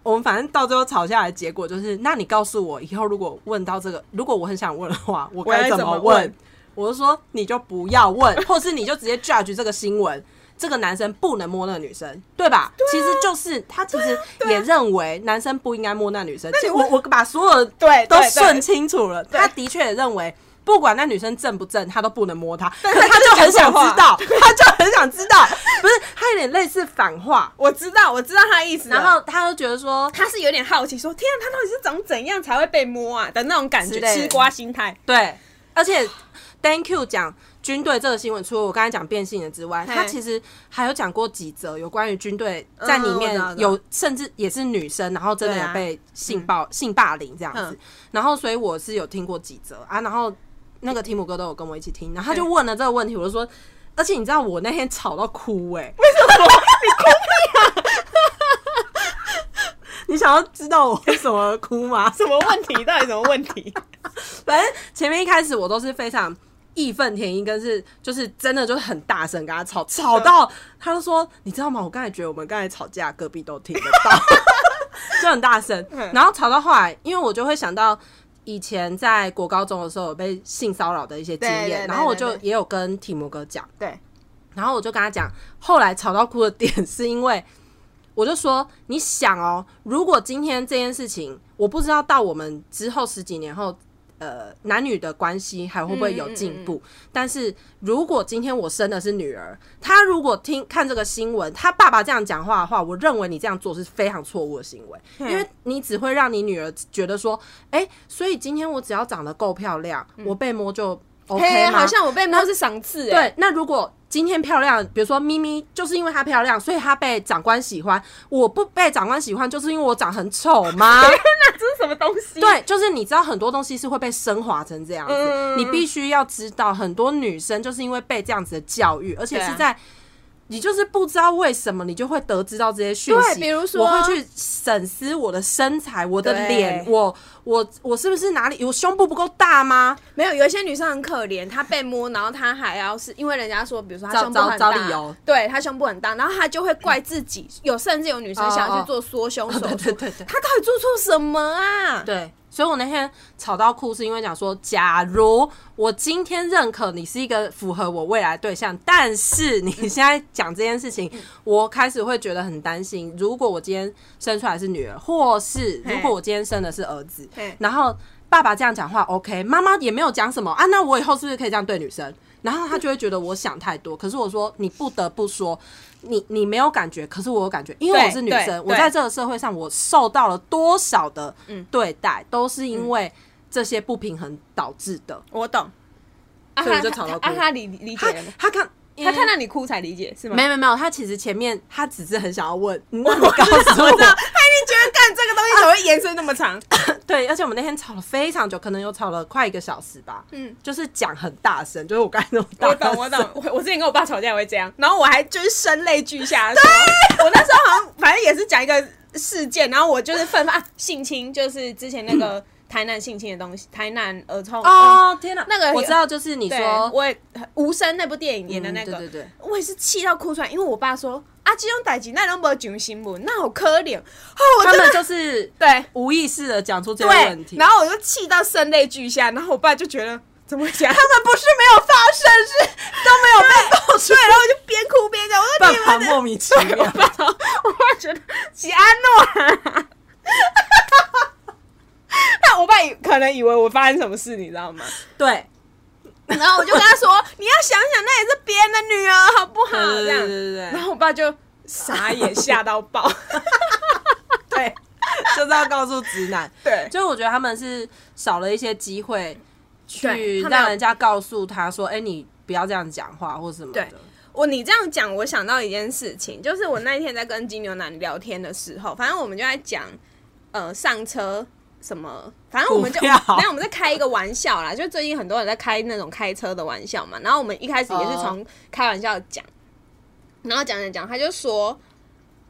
我们反正到最后吵下来，结果就是，那你告诉我，以后如果问到这个，如果我很想问的话，我我该要怎怎么么问问？我就说你就不要问，或是你就直接 judge 这个新闻，这个男生不能摸那个女生，对吧？其实就是他其实也认为男生不应该摸那女生。你其实我我把所有的对都对对顺清楚了，对他的确也认为。不管那女生正不正，他都不能摸她。但可是是他他就是就很讲想错话知道，他就很想知道，不是他有点类似反话，我知道，我知道他的意思了。啊然后他就觉得说，他是有点好奇说天啊，他到底是长怎样才会被摸啊的那种感觉之，类的吃瓜心态。对，而且 Thank you 讲军队这个新闻，除了我刚才讲变性人之外，嘿他其实还有讲过几则有关于军队在里面嗯我知道有，甚至也是女生，然后真的对啊有被性暴、性霸凌这样子嗯。然后，所以我是有听过几则啊，然后那个提姆哥都有跟我一起听，然后他就问了这个问题，我就说。而且你知道我那天吵到哭 哎、为什啊么？ 你哭屁啊！你想要知道我为什么而哭吗？什么问题？到底什么问 题？反正前面一开始我都是非常义愤填膺，跟是就是真的就是很大声跟他吵，吵到他就说：“你知道吗？我刚才觉得我们刚才吵架，隔壁都听得到， 就很大声。”嗯然后吵到后来，因为我就会想到。以前在国高中的时候有被性骚扰的一些经对对对验，然后我就对对也有跟提摩哥讲，对，然后我就跟他讲，后来吵到哭的点是因为，我就说，你想哦，如果今天这件事情，我不知道到我们之后十几年后，呃，男女的关系还会不会有进嗯步？但是如果今天我生的是女儿，她如果听看这个新闻，她爸爸这样讲话的话，我认为你这样做是非常错误的行为，因为你只会让你女儿觉得说，哎、所以今天我只要长得够漂亮，我被摸就 OK 嗯嘿，吗？好像我被摸是赏赐，哎，对，那如果今天漂亮，比如说咪咪，就是因为她漂亮，所以她被长官喜欢。我不被长官喜欢，就是因为我长很丑 吗？这是什么东西？对，就是你知道很多东西是会被升华成这样子，嗯你必须要知道，很多女生就是因为被这样子的教育，而且对啊是在。你就是不知道为什么，你就会得知到这些讯息。对比如说我会去审思我的身材、我的对脸，我我我是不是哪里我胸部不够大 吗？没有，有一些女生很可怜，她被摸，然后她还要是因为人家说，比如说她找胸部很找大，找理由对她胸部很大，然后她就会怪自己，有甚至有女生想哦要去哦做缩胸 手术，对对对对她到底做错什么啊？对，所以我那天吵到哭，是因为讲说，假如我今天认可你是一个符合我未来对象，但是你现在讲这件事情，嗯我开始会觉得很担心。如果我今天生出来是女儿，或是嘿如果我今天生的是儿子嘿，然后爸爸这样讲话，OK，妈妈也没有讲什么啊，那我以后是不是可以这样对女生？然后他就会觉得我想太多，可是我说你不得不说，你你没有感觉，可是我有感觉，因为我是女对对生，我对嗯在这个社会上，我受到了多少的对待，都是因为这些不平衡导致的。我懂。啊所以她就吵到哭啊，她理理解他了吗？他看她看到你哭才理解是吗？没有没有没有，他其实前面他只是很想要 问，那你告诉我知 道，她一定觉得干这个东西怎么会延伸那么长？对，而且我们那天吵了非常久，可能有吵了快一个小时吧。嗯嗯，就是讲很大声，就是我刚才那种大 我懂，声我懂。 我我之前跟我爸吵架也会这样，然后我还就是声泪俱下 地说，我那 时候好像反正也是讲一个事件，然后我就是愤发、啊性侵，就是之前那个台南性侵的东西，台南儿童哦，天哪，那个我知道，就是你嗯对说，我也无声那部电影演的嗯那个，对对对，我也是气到哭出来，因为我爸说啊，这种代志那拢无上新闻，那好可怜哦，我他真们的就是对无意识的讲出这个问对，题，然后我就气到声泪俱下，然后我爸就觉得怎么讲，他他们不是没有发生，是都没有被爆出对，然后我就边哭边讲，我说办你法们的莫名其我妙。爸，我爸觉得吉安诺啊。 那我爸以可能以为我发生什么事，你知道吗？对，然后我就跟他说：“你要想想，那也是别人的女儿，好不好？”对对 这样，对对对然后我爸就傻眼，吓到 爆。对，就是要告诉直男。对，就是我觉得他们是少了一些机会去对他们有让人家告诉他说：“哎、你不要这样讲话或什么的。对我你这样讲，我想到一件事情，就是我那一天在跟金牛男聊天的时候，反正我们就在讲，呃，上车什么，反正我们就，股票反正我们在开一个玩笑啦，就最近很多人在开那种开车的玩笑嘛，然后我们一开始也哦是从开玩笑讲，然后讲讲讲，他就说。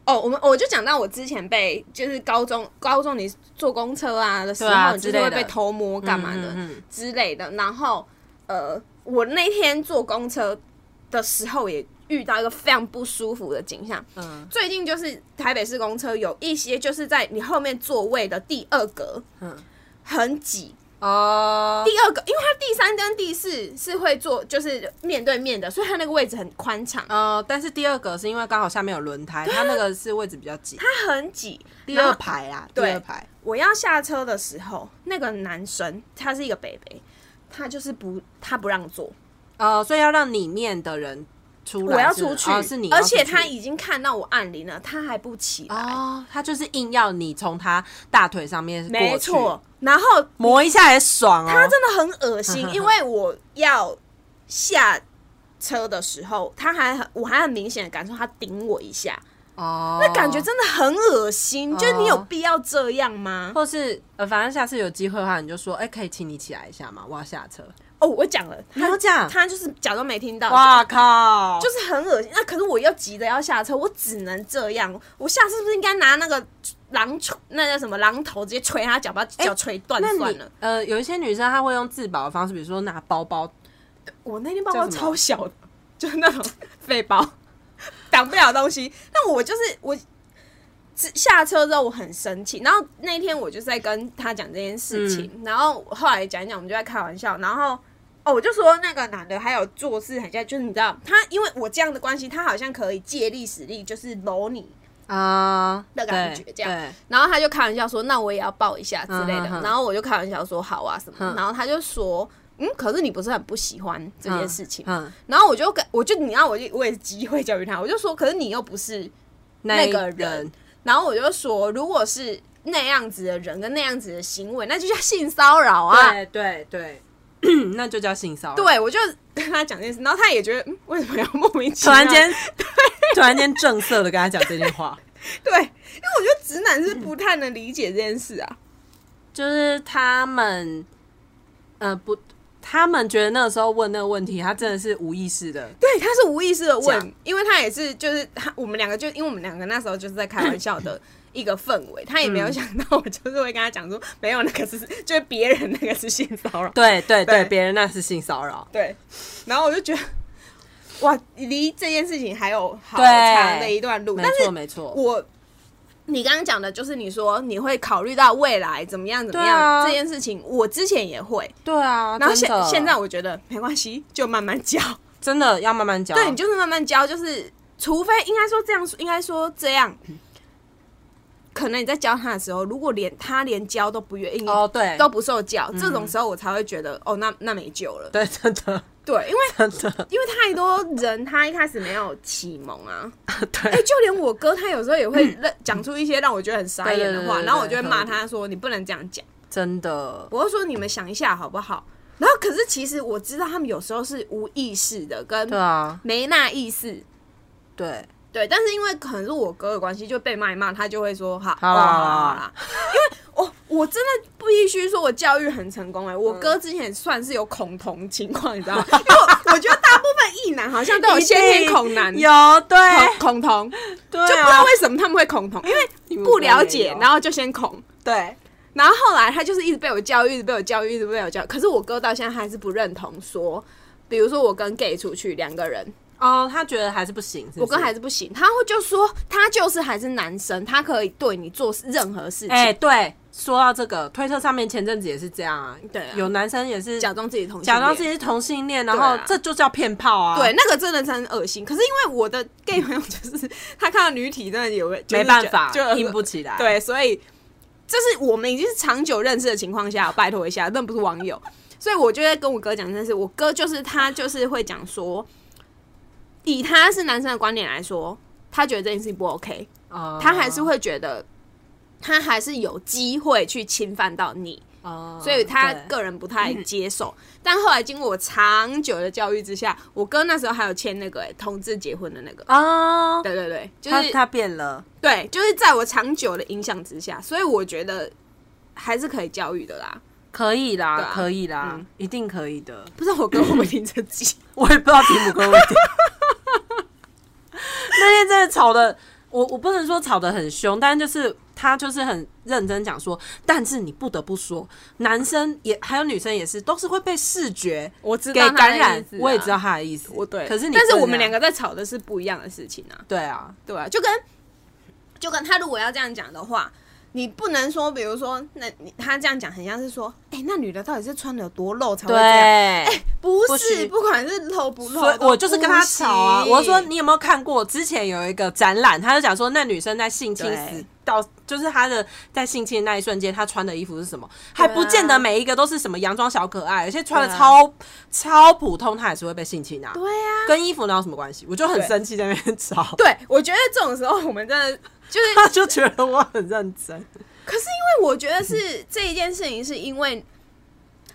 哦，我们我就讲到我之前被就是高中高中你坐公车啊的时候，对啊你就之是类会的被偷摸干嘛的，嗯嗯嗯之类的。然后呃，我那天坐公车的时候也遇到一个非常不舒服的景象。嗯最近就是台北市公车有一些就是在你后面座位的第二格嗯，很挤，哦，第二个，因为它第三跟第四是会坐就是面对面的，所以它那个位置很宽敞，呃，但是第二个是因为刚好下面有轮胎，它那个是位置比较挤，它很挤。第然后二排啦，第对二排。我要下车的时候，那个男生他是一个北北，他就是不他不让坐，呃，所以要让里面的人出来，我要是不出是去，哦、是你要而出去，且他已经看到我按铃了，他还不起来，哦，他就是硬要你从他大腿上面过去哦没错，。然后磨一下也爽哦。他真的很 恶心，因为我要下车的时候，他还很，我还很明显的感受他顶我一下，哦，那感觉真的很恶心，就是你有必要这样吗？或是呃，反正下次有机会的话，你就说，哎、可以请你起来一下吗？我要下车。哦，我讲了，你有他讲他就是假装没听到，哇靠！就是是很恶心。那可是我又急着要下车，我只能这样。我下次是不是应该拿那个榔锤，那叫什么榔头，直接捶他脚，把他脚捶断哎那算你了。呃，有一些女生她会用自保的方式，比如说拿包包，我那天包叫包什么超小的，就是那种 废包，挡不了东西。但我就是我只下车之后我很生气，然后那一天我就是在跟他讲这件事情，嗯然后后来讲一讲，我们就在开玩笑，然后。哦，我就说那个男的还有做事很像，就是你知道他，因为我这样的关系，他好像可以借力使力，就是搂你，啊的感觉对这样对然后他就开玩笑说：“那我也要抱一下之类嗯的。哼哼然后我就开玩笑说：“好啊什么。嗯然后他就说：“嗯，可是你不是很不喜欢这件事情吗嗯，嗯然后我就跟我就你知道，我就我也是机会教育他，我就说，可是你又不是，那那个一人然后我就说，如果是那样子的人跟那样子的行为，那就叫性骚扰啊。对对对，那就叫性骚扰。对，我就跟他讲这件事，然后他也觉得，嗯，为什么要莫名其突妙？然 间，突然间正色的跟他讲这句话，对，因为我觉得直男是不太能理解这件事啊。 就是他们，呃，不，他们觉得那个时候问那个问题，他真的是无意识的，对，他是无意识的这样问，因为他也是就是他我们两个就因为我们两个那时候就是在开玩笑 的一个氛围，他也没有想到我就是会跟他讲说，没有那个是就是别人那个是性骚扰。对对对，对别人那是性骚扰，对，然后我就觉得， 哇，离这件事情还有好对长的一段路。没但错是没错，我，你刚刚讲的就是你说你会考虑到未来怎么样怎么样、对啊这件事情，我之前也会。对啊，然后真现的啊现在我觉得没关系，就慢慢 教。真的要慢慢讲，对你就是慢慢教，就是除非应该说这样，应该说这样。可能你在教他的时候，如果连他连教都不愿意，哦对嗯都不受教，这种时候我才会觉得，哦，那那没救了。对，真的 对，因为真的，因为太多人他一开始没有启蒙啊，哎、对嗯就连我哥他有时候也会认讲出一些让我觉得很傻眼的对对对话，对对然后我就会骂合理他说你不能这样讲，真的，我会说你们想一下好不好？然后可是其实我知道他们有时候是无意识的，跟对啊，没那意思。对，对，但是因为可能是我哥的关系，就被骂一骂，他就会说好，好啦哦好好啦啦好啦。因为我我真的必须说，我教育很成功哎、我哥之前算是有恐同情况，你知 道吗？因为我我觉得大部分异男好像都有先天恐男，有对 恐恐同，哎对啊，就不知道为什么他们会恐同，因为 你们不了国内也解，有然后就先恐。对，然后后来他就是一直被我教育，一直被我教育，一直被我教育。可是我哥到现在还是不认同说，比如说我跟 gay 出去两个人，哦，他觉得还是不行，是不我跟是还是不行，他会就说他就是还是男生，他可以对你做任何事情，哎、对，说到这个，推特上面前阵子也是这样啊，对啊有男生也是假装自己同性假装恋自己是同性恋，然对啊后这就叫骗炮啊，嗯对，，那个真的是很恶心。可是因为我的 gay 朋友就是他看到女体真的有个就是没办法，就硬不起来，，对，所以这是我们已经是长久认识的情况下，拜托一下，那不是网友。所以我就在跟我哥讲这件事，我哥就是他就是会讲说，以他是男生的观点来说，他觉得这件事情不 OK，哦他还是，会觉得他还是有机会去侵犯到你。哦所以他对个人不太接受。但后来经过我长久的教育之下，我哥那时候还有签那个、欸、同志结婚的那个。哦，对对对，就他是他变了，对，就是在我长久的影响之下，所以我觉得还是可以教育的啦。可以啦，对啊可以啦，嗯一定可以的。不知道我哥会不会听这集？我也不知道题目哥问题。 那天真的吵的，我我不能说吵得很凶，但就是他就是很认真讲说，但是你不得不说，男生也还有女生也是，都是会被视觉 我知给道他的感染意。思啊我也知道，他的意思，我对。可是你，但是我们两，个在吵的啊是不一样的事情啊。对啊，对啊，就跟就跟他如果要这样讲的话，你不能说，比如说，那你他这样讲，很像是说，哎、那女的到底是穿的有多露才会对，这样？哎不不是，许不管是露不露，所以我就是跟他吵啊。我说你。你有没有看过之前有一个展览，他就讲说那女生在性侵死对到，就是她的在性侵的那一瞬间，她穿的衣服是什么？还不见得每一个都是什么洋装小可爱，有些穿的对啊超、超普通，她也是会被性侵啊。对啊，跟衣服哪有什么关系？我就很对生气在那边吵，对，我觉得这种时候我们真的 就是，他就觉得我很认真，可是因为我觉得是这一件事情，是因为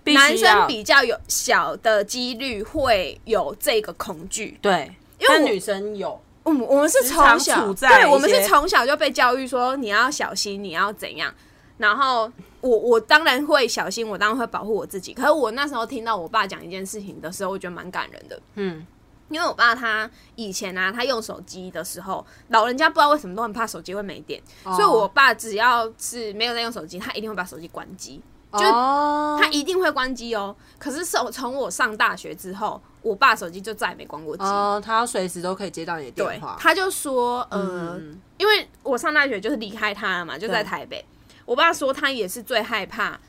必须男要生比较有小的几率会有这个恐惧。对，因为但我女生有我们嗯我们是时从常小处在对，我们一些是从小就被教育说你要小心，你要怎样。然后我我当然会小心，我当然会保护我自己。可是我那时候听到我爸讲一件事情的时候，我觉得蛮感人的。嗯，因为我爸他以前啊，他用手机的时候，老人家不知道为什么都很怕手机会没电，哦所以我爸只要是没有在用手机，他一定会把手机关机，就哦他一定会关机哦。可是从从我上大学之后，我爸手机就再也没关过机。哦，他随时都可以接到你的对电话，，他就说，呃，嗯因为我上大学就是离开他了嘛，就在对台北。我爸说他也是最害怕，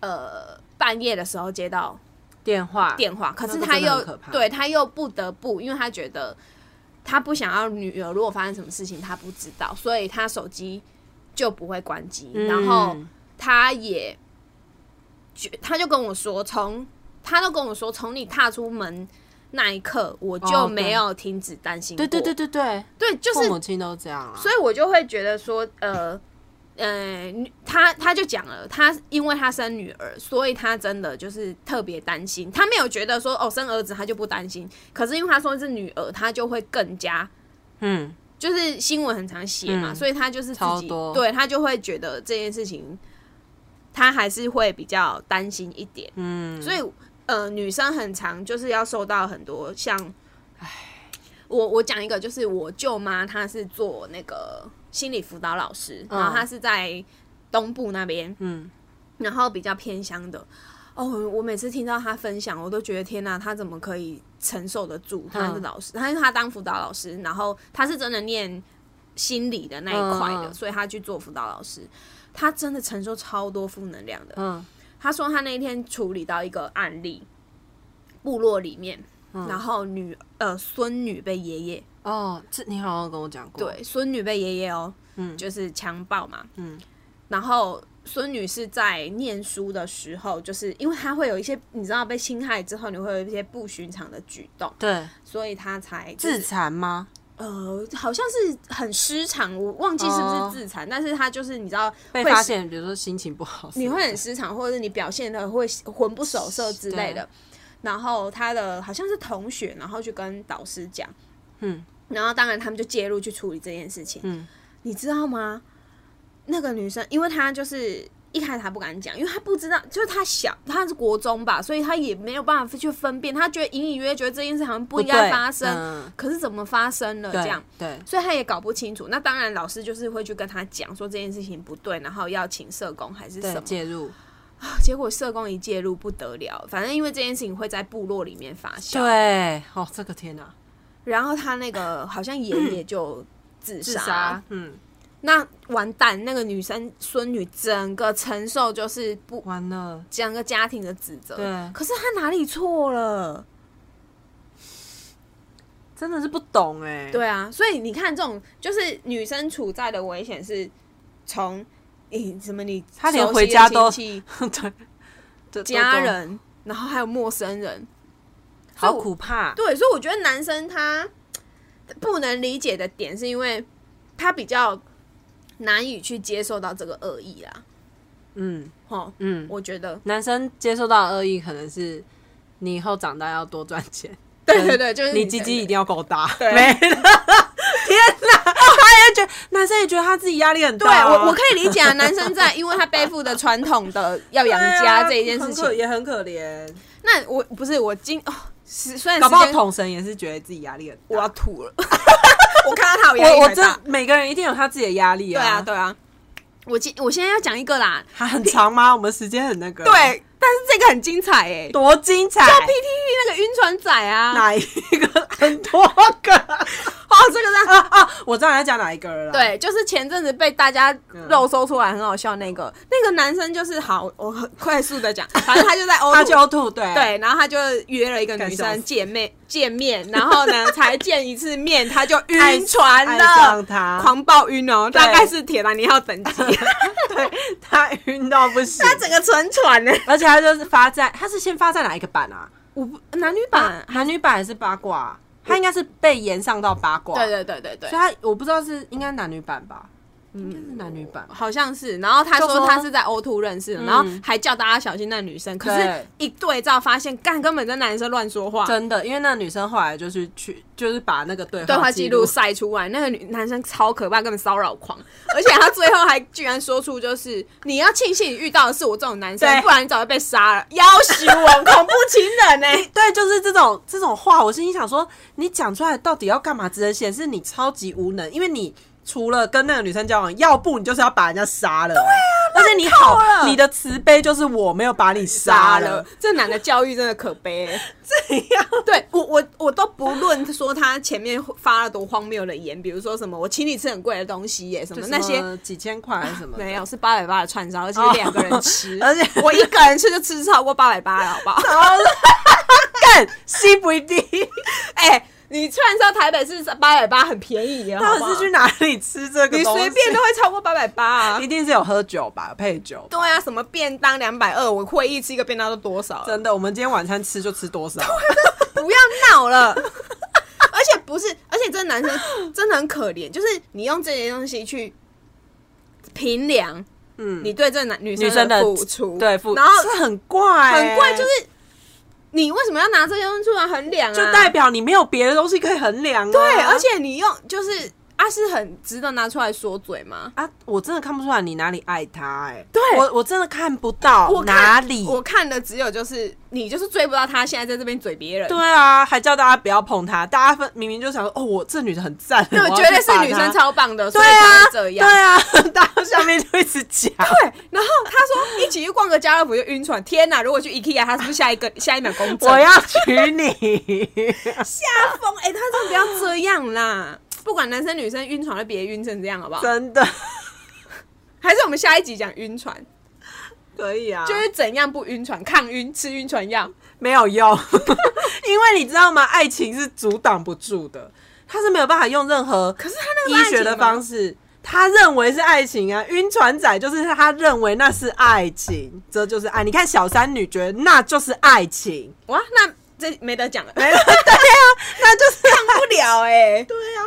呃，半夜的时候接到电话电话，可是那个他真的又很可怕对他又不得不，因为他觉得他不想要女儿如果发生什么事情他不知道，所以他手机就不会关机，嗯然后他也觉他就跟我说，从他都跟我说，从你踏出门那一刻，我就哦没有停止担心、对对对，对对，对，就是父母亲都这样啊。所以我就会觉得说，呃，呃，女他他就讲了，他因为他生女儿，所以他真的就是特别担心。他没有觉得说，哦，生儿子他就不担心，可是因为他说是女儿，他就会更加。嗯，就是新闻很常写嘛，嗯所以他就是自超己多对他就会觉得这件事情，他还是会比较担心一点。嗯，所以呃，女生很常就是要受到很多像，我我讲一个，就是我舅妈她是做那个心理辅导老师，嗯然后她是在东部那边，嗯，然后比较偏乡的。哦，我我每次听到她分享，我都觉得天哪、她怎么可以承受得住？她是嗯老师，她因为她当辅导老师，然后她是真的念心理的那一块的，嗯嗯所以她去做辅导老师，她真的承受超多负能量的。嗯，他说他那一天处理到一个案例，部落里面，嗯然后女呃孙女被爷爷哦，这你好像跟我讲过，对孙女被爷爷哦，嗯就是强暴嘛，嗯，然后孙女是在念书的时候，就是因为她会有一些你知道被侵害之后，你会有一些不寻常的举动，对，所以她才就是自残吗？呃好像是很失常，我忘记是不哦是自残，但是她就是你知道被会发是现，比如说心情不好，你会很失常，或者是你表现的会魂不守舍之类的。然后他的好像是同学，然后去跟导师讲，嗯，然后当然他们就介入去处理这件事情。嗯，你知道吗？那个女生，因为她就是一开始他不敢讲，因为他不知道，就是他小，他是国中吧，所以他也没有办法去分辨，他觉得隐隐约约觉得这件事好像不应该对发生，嗯可是怎么发生了对这样？对所以他也搞不清楚。那当然，老师就是会去跟他讲说这件事情不对，然后要请社工还是什对么。介入，结果社工一介入不得了，反正因为这件事情会在部落里面发酵。对，哦，这个天哪、然后他那个好像爷爷就自嗯自杀，杀，嗯，那完蛋，那个女生孙女整个承受就是不完了，整个家庭的指责。对啊可是他哪里错了？真的是不懂哎、对啊，所以你看，这种就是女生处在的危险是从你什么你她连熟悉的回家都亲戚 对对，家都懂人，然后还有陌生人。好所以我苦怕，对，所以我觉得男生他不能理解的点，是因为他比较难以去接受到这个恶意啦。嗯哦，嗯，我觉得，男生接受到的恶意可能是你以后长大要多赚钱，对对对，就是你鸡鸡一定要够大，对没了，天哪，他也觉得男生也觉得他自己压力很对大啊、我我可以理解啊，男生在因为他背负的传统的要养家这一件事对啊很情，可也很可怜，那我不是我今哦，是虽然搞时不好间统神也是觉得自己压力很我大。要吐了， 我看到他我压力我我太大真每个人一定有他自己的压力对啊啊，对啊，我今我现在要讲一个啦，还很长吗？我们时间很那个，对，，但是这个很精彩哎、就多精彩！ PTT 那个晕船仔啊，哪一个？很多个哦这个是。啊啊！我知道你在讲哪一个了啦。对，就是前阵子被大家肉搜出来很好笑那个，那个男生就是好，我很快速的 讲，反正他就在欧他洲。就吐，对对，然后他就约了一个干女笑生死见面见面，然后呢才见一次面，他就爱晕船爱了上，他狂暴晕哦，对大概是铁达尼号等级，对，他晕到不行 他，整个沉船 呢。而且他就是发在，他是先发在哪一个版啊？我不男女版，男女版还是八卦啊？他应该是被延上到八卦，对对对对对所以，他我不知道是应该男女版吧，应该是男女版吧。好像是。然后他就说说他是在 O two 认识的，然后还叫大家小心那女生。可是对，一对照发现，干根本跟男生乱说话，真的，因为那个女生后来就是去，就是把那个对对话话记记录录，晒出来，那个女男生超可怕，根本骚扰狂，而且他最后还居然说出就是你要庆幸你遇到的是我这种男生，对不然你早就被杀了。要挟我恐怖情人呢、对，就是这种这种话，我心里想说，你讲出来到底要干嘛？只能显示你超级无能，因为你除了跟那个女生交往，要不你就是要把人家杀了，对啊，而且你烂透好，了你的慈悲就是我没有把你杀杀了了，，这男的教育真的可悲、欸。怎 样？对我我我都不论说他前面发了多荒谬的言，比如说什么我请你吃很贵的东西耶、什么那些。几千块还是什么的？没有，是八百八的串烧，而且哦是两个人吃，而且我一个人吃就吃超过八百八了，好不好？ 干西不一定，哎、你串烧台北市八百八很便宜耶，到好底不是好去？哪里吃这个？你随便都，会超过八百八 啊一！定是有喝酒吧，有配酒。对啊，什么便当两百二，我会议吃一个便当都多少啊了？真的，我们今天晚餐吃就吃多少？ 不要闹了！而且不是，而且这男 生真的很可怜，就是你用这些东西去评量，嗯，你对这男女女生的的付出，对，付然后是很怪欸、很怪，就是你为什么要拿这些东西出来衡量啊？就代表你没有别的东西可以衡量、啊。对，而且你用就是啊，是很值得拿出来说嘴吗？啊，我真的看不出来你哪里爱他、哎，对我我真的看不到我看哪里。我看的只有就是你就是追不到他，现在在这边嘴别人，对啊，还叫大家不要碰他，大家分明明就想说，哦，我这女的很赞， 对，我绝对是女生超超棒的，所对以才啊会，这样。对啊， 大家下面就一直讲，对，然后他说一起去逛个家乐福就晕船，天哪！如果去 IKEA，他是不是下一个 下一秒公正？我要娶你，吓疯！哎、他真的不要这样啦！不管男生女生晕船都别晕成这样，好不 好？真的还是我们下一集讲晕船，可以啊，就是怎样不晕船，抗晕，吃晕船药。没有用， 因为你知道吗？爱情是阻挡不住的，他是没有办法用任何可是他那个医学的方式，式。他认为是爱情啊，晕船仔就是他认为那是爱情，这就是爱。你看小三女觉得那就是爱情，哇，那这没得讲 了，没了，对啊，那就是不了哎、对啊。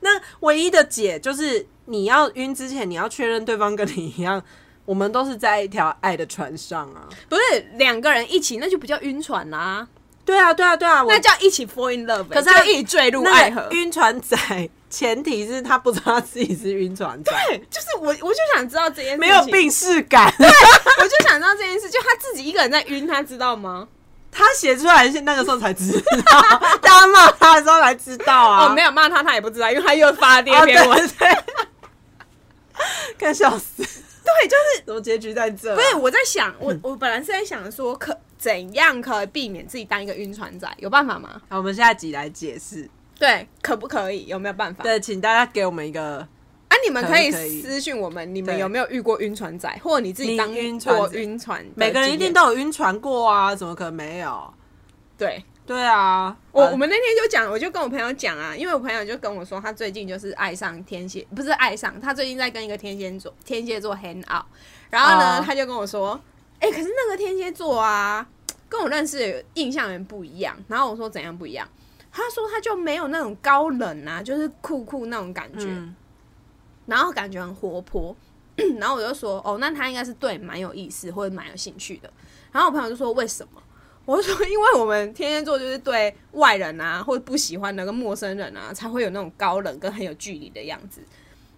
那唯一的解就是你要晕之前，你要确认对方跟你一样，我们都是在一条爱的船上啊。不是两个人一起，那就不叫晕船啦、对啊，对啊，对啊，我那叫一起 fall in love，、欸、可是就他一起坠入爱那河个。晕船仔，前提是他不知道自己是晕船 仔，对，就是我，我就想知道这件事情没有病逝感。 我就想知道这件事，就他自己一个人在晕，他知道吗？他写出来是那个时候才知道，大家骂他的时候才知道啊。哦，没有骂他，他也不知道，因为他又发哦，癫对篇文。对对， 看笑死。 对， 就是怎么结局在这？啊不是我在想，我我本来是在想说可，怎样可以避免自己当一个晕船仔，有办法吗？好，我们下集来解释。对，可不可以？有没有办法？对，请大家给我们一个啊，你们可以可以可以私信我们，你们对有没有遇过晕船仔，或者你自己你当晕船过仔晕船的经验？每个人一定都有晕船过啊，怎么可能没有？对。对啊，我呃我们那天就讲，我就跟我朋友讲啊，因为我朋友就跟我说，他最近就是爱上天蝎，不是爱上，他最近在跟一个天蝎座天蝎座 hang out，然后呢，哦他就跟我说，哎、可是那个天蝎座啊，跟我认识的印象有点不一样。然后我说怎样不一样？他说他就没有那种高冷啊，就是酷酷那种感觉，嗯然后感觉很活泼。 然后我就说，哦，那他应该是对你蛮有意思或者蛮有兴趣的。然后我朋友就说，为什么？我就说， 因为我们天蝎座就是对外人啊，或者不喜欢的跟陌生人啊，才会有那种高冷跟很有距离的样子。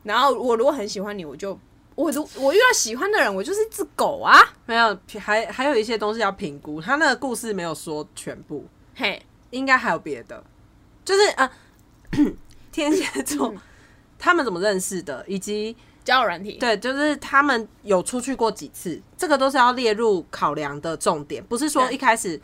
然后我如果很喜欢你，我就我如我遇到喜欢的人，我就是一只狗啊，没有，还还有一些东西要评估。他那个故事没有说全部，嘿，应该还有别的，就是呃，天蝎座嗯 他们怎么认识的，以及交友软体，对，就是他们有出去过几次，这个都是要列入考量的重点，不是说对一开始，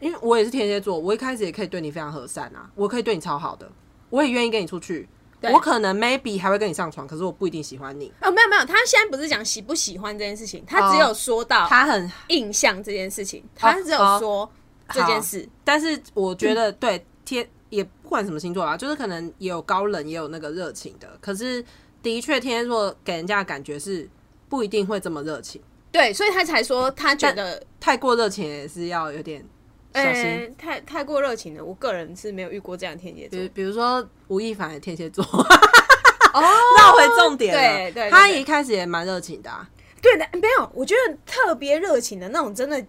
因为我也是天蝎座，我一开始也可以对你非常和善啊，我可以对你超好的，我也愿意跟你出去，对我可能 maybe 还会跟你上床，可是我不一定喜欢你。哦，没有没有，他现在不是讲喜不喜欢这件事情，他只有说到哦他很，印象这件事情，他只有说这件事，但是我觉得对天也不管什么星座啊，就是可能也有高冷，也有那个热情的，可是的确天蝎座给人家的感觉是不一定会这么热情，对，所以他才说他觉得，太过热情也是要有点小心。呃，太太过热情了，我个人是没有遇过这样的天蝎座比，如比如说吴亦凡的天蝎座， 哦，绕回重点了。对对对他对一开始也蛮热情的、啊，对的，没有，我觉得特别热情的那种，真的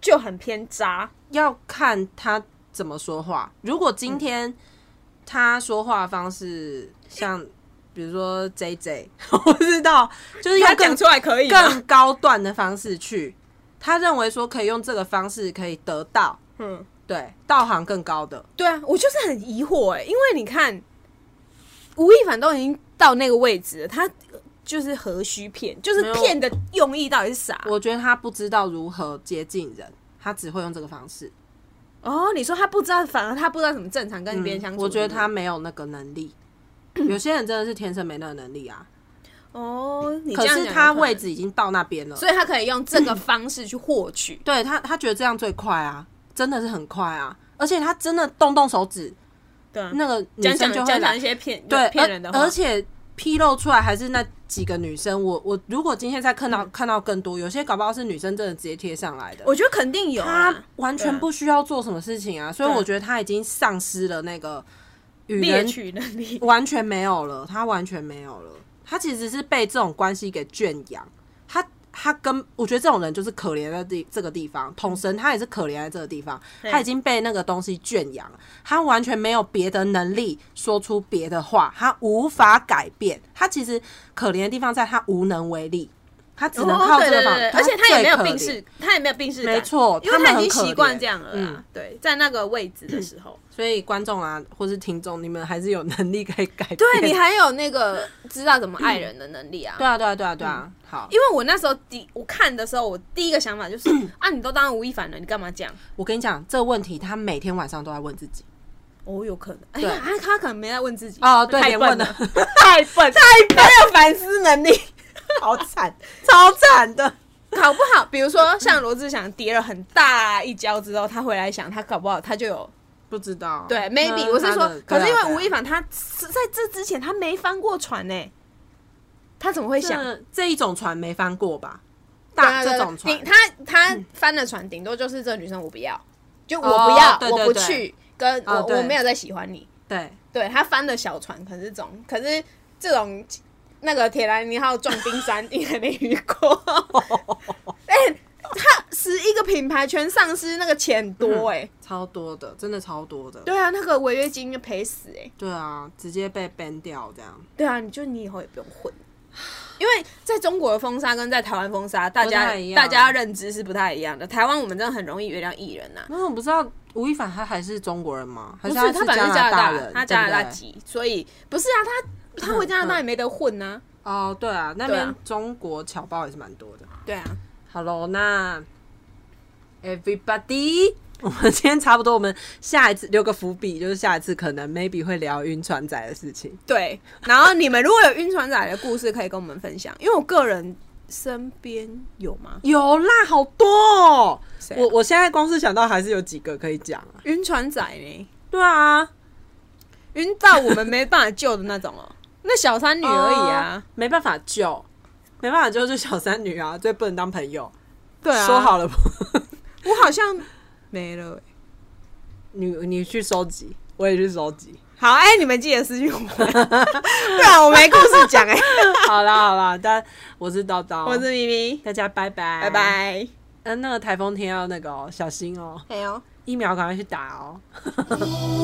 就很偏渣，要看他怎么说话。如果今天他说话的方式像，比如说 J J，我 不知道，就是他用讲更出来可以吗？更高段的方式去，他认为说可以用这个方式可以得到嗯，对道行更高的。对啊，我就是很疑惑哎、因为你看吴亦凡都已经到那个位置了，他就是何须骗？就是骗的用意到底是啥？我觉得他不知道如何接近人，他只会用这个方式哦，你说他不知道，反而他不知道怎么正常跟别人嗯相处、我觉得他没有那个能力。有些人真的是天生没那个能力啊，哦，你这可样是讲他有可能位，置已经到那边了，所以他可以用这个方式去获取。对他他觉得这样最快啊，真的是很快啊，而且他真的动动手指，对啊，那个女讲生讲就会讲来讲一些骗对骗人的而话而，且披露出来还是那几个女生，我我如果今天再看到、看到更多，有些搞不好是女生真的直接贴上来的，我觉得肯定有他啊。完对全啊不需要做什么事情啊，所以对啊我觉得他已经丧失了那个与猎人取能力，完全没有了，他完全没有了。他其实是被这种关系给圈养，他他跟我觉得这种人就是可怜的地这个地方，统神他也是可怜在这个地方，对他已经被那个东西圈养了，他完全没有别的能力说出别的话，他无法改变。他其实可怜的地方在他无能为力，他只能哦靠对这个对方，对而且他也没有病最可怜，逝，他也没有病逝感，没错，因为们他已很经可习惯怜这样了嗯啦，对，在那个位置的时候，所以观众啊，或是听众，你们还是有能力可以改变。对你还有那个知道怎么爱人的能力啊。对啊，对啊，对啊，对啊，好。因为我那时候第我看的时候，我第一个想法 就是啊，你都当吴亦凡了，你干嘛讲？我跟你讲，这个问题他每天晚上都在问自己。哦，有可能，哎对呀，他他可能没在问自己哦，对， 太连问笨的了，太笨，太笨，没有反思能力， 好惨，超惨的。搞不好，比如说像罗志祥跌了很大一跤之后，他回来想，他搞不好他就有不知道，嗯对，maybe 那我是他说的，可是因对啊为吴对啊亦凡他是在这之前他没翻过船呢，他怎么会想？这这一种船没翻过吧？对大啊对啊这种船顶，他他翻的船，顶多就是这女生我不要，就我哦不要，对我对不对去，跟我、哦对我没有在喜欢你。对对他翻的小船，可是这种，可是这种那个 铁达尼号撞冰山，应该没遇过。哎、他十一个品牌全丧失那个钱多哎、超多的，真的超多的。对啊，那个违约金就赔死哎、对啊，直接被 ban 掉这样。对啊，你就你以后也不用混，因为在中国的封杀跟在台湾封杀，大家不太一样大家认知是不太一样的。台湾我们真的很容易原谅艺人呐、啊，那我不知道吴亦凡他还是中国人吗？还不是是他本来加是加拿大人人，，他加拿对大不对籍，所以不是啊，他他回加拿大也没得混呐、哦，对啊，那对啊边中国侨胞也是蛮多的。对啊，好喽，那 everybody，我 们今天差不多，我们下一次留个伏笔，就是下一次可能 maybe 会聊晕船仔的事情。对。然后你们如果有晕船仔的故事，可以跟我们分享，因为我个人身边有吗？有啦，好多、哦，谁啊我我现在光是想到还是有几个可以讲啊。晕船仔呢？对啊，晕到我们没办法救的那种哦、那小三女而已啊， 哦没办法救，没办法救就小三女啊，最不能当朋友。对啊，说好了不？ 我好像没了欸、你你去收集，我也去收 集。好，哎、你们记得私信我，不然我没故事讲哎、好啦好啦，但我是叨叨，我是咪咪，大家拜拜拜。拜。嗯、那个台风天要那个、哦、小心哦，没有。疫苗赶快去打哦。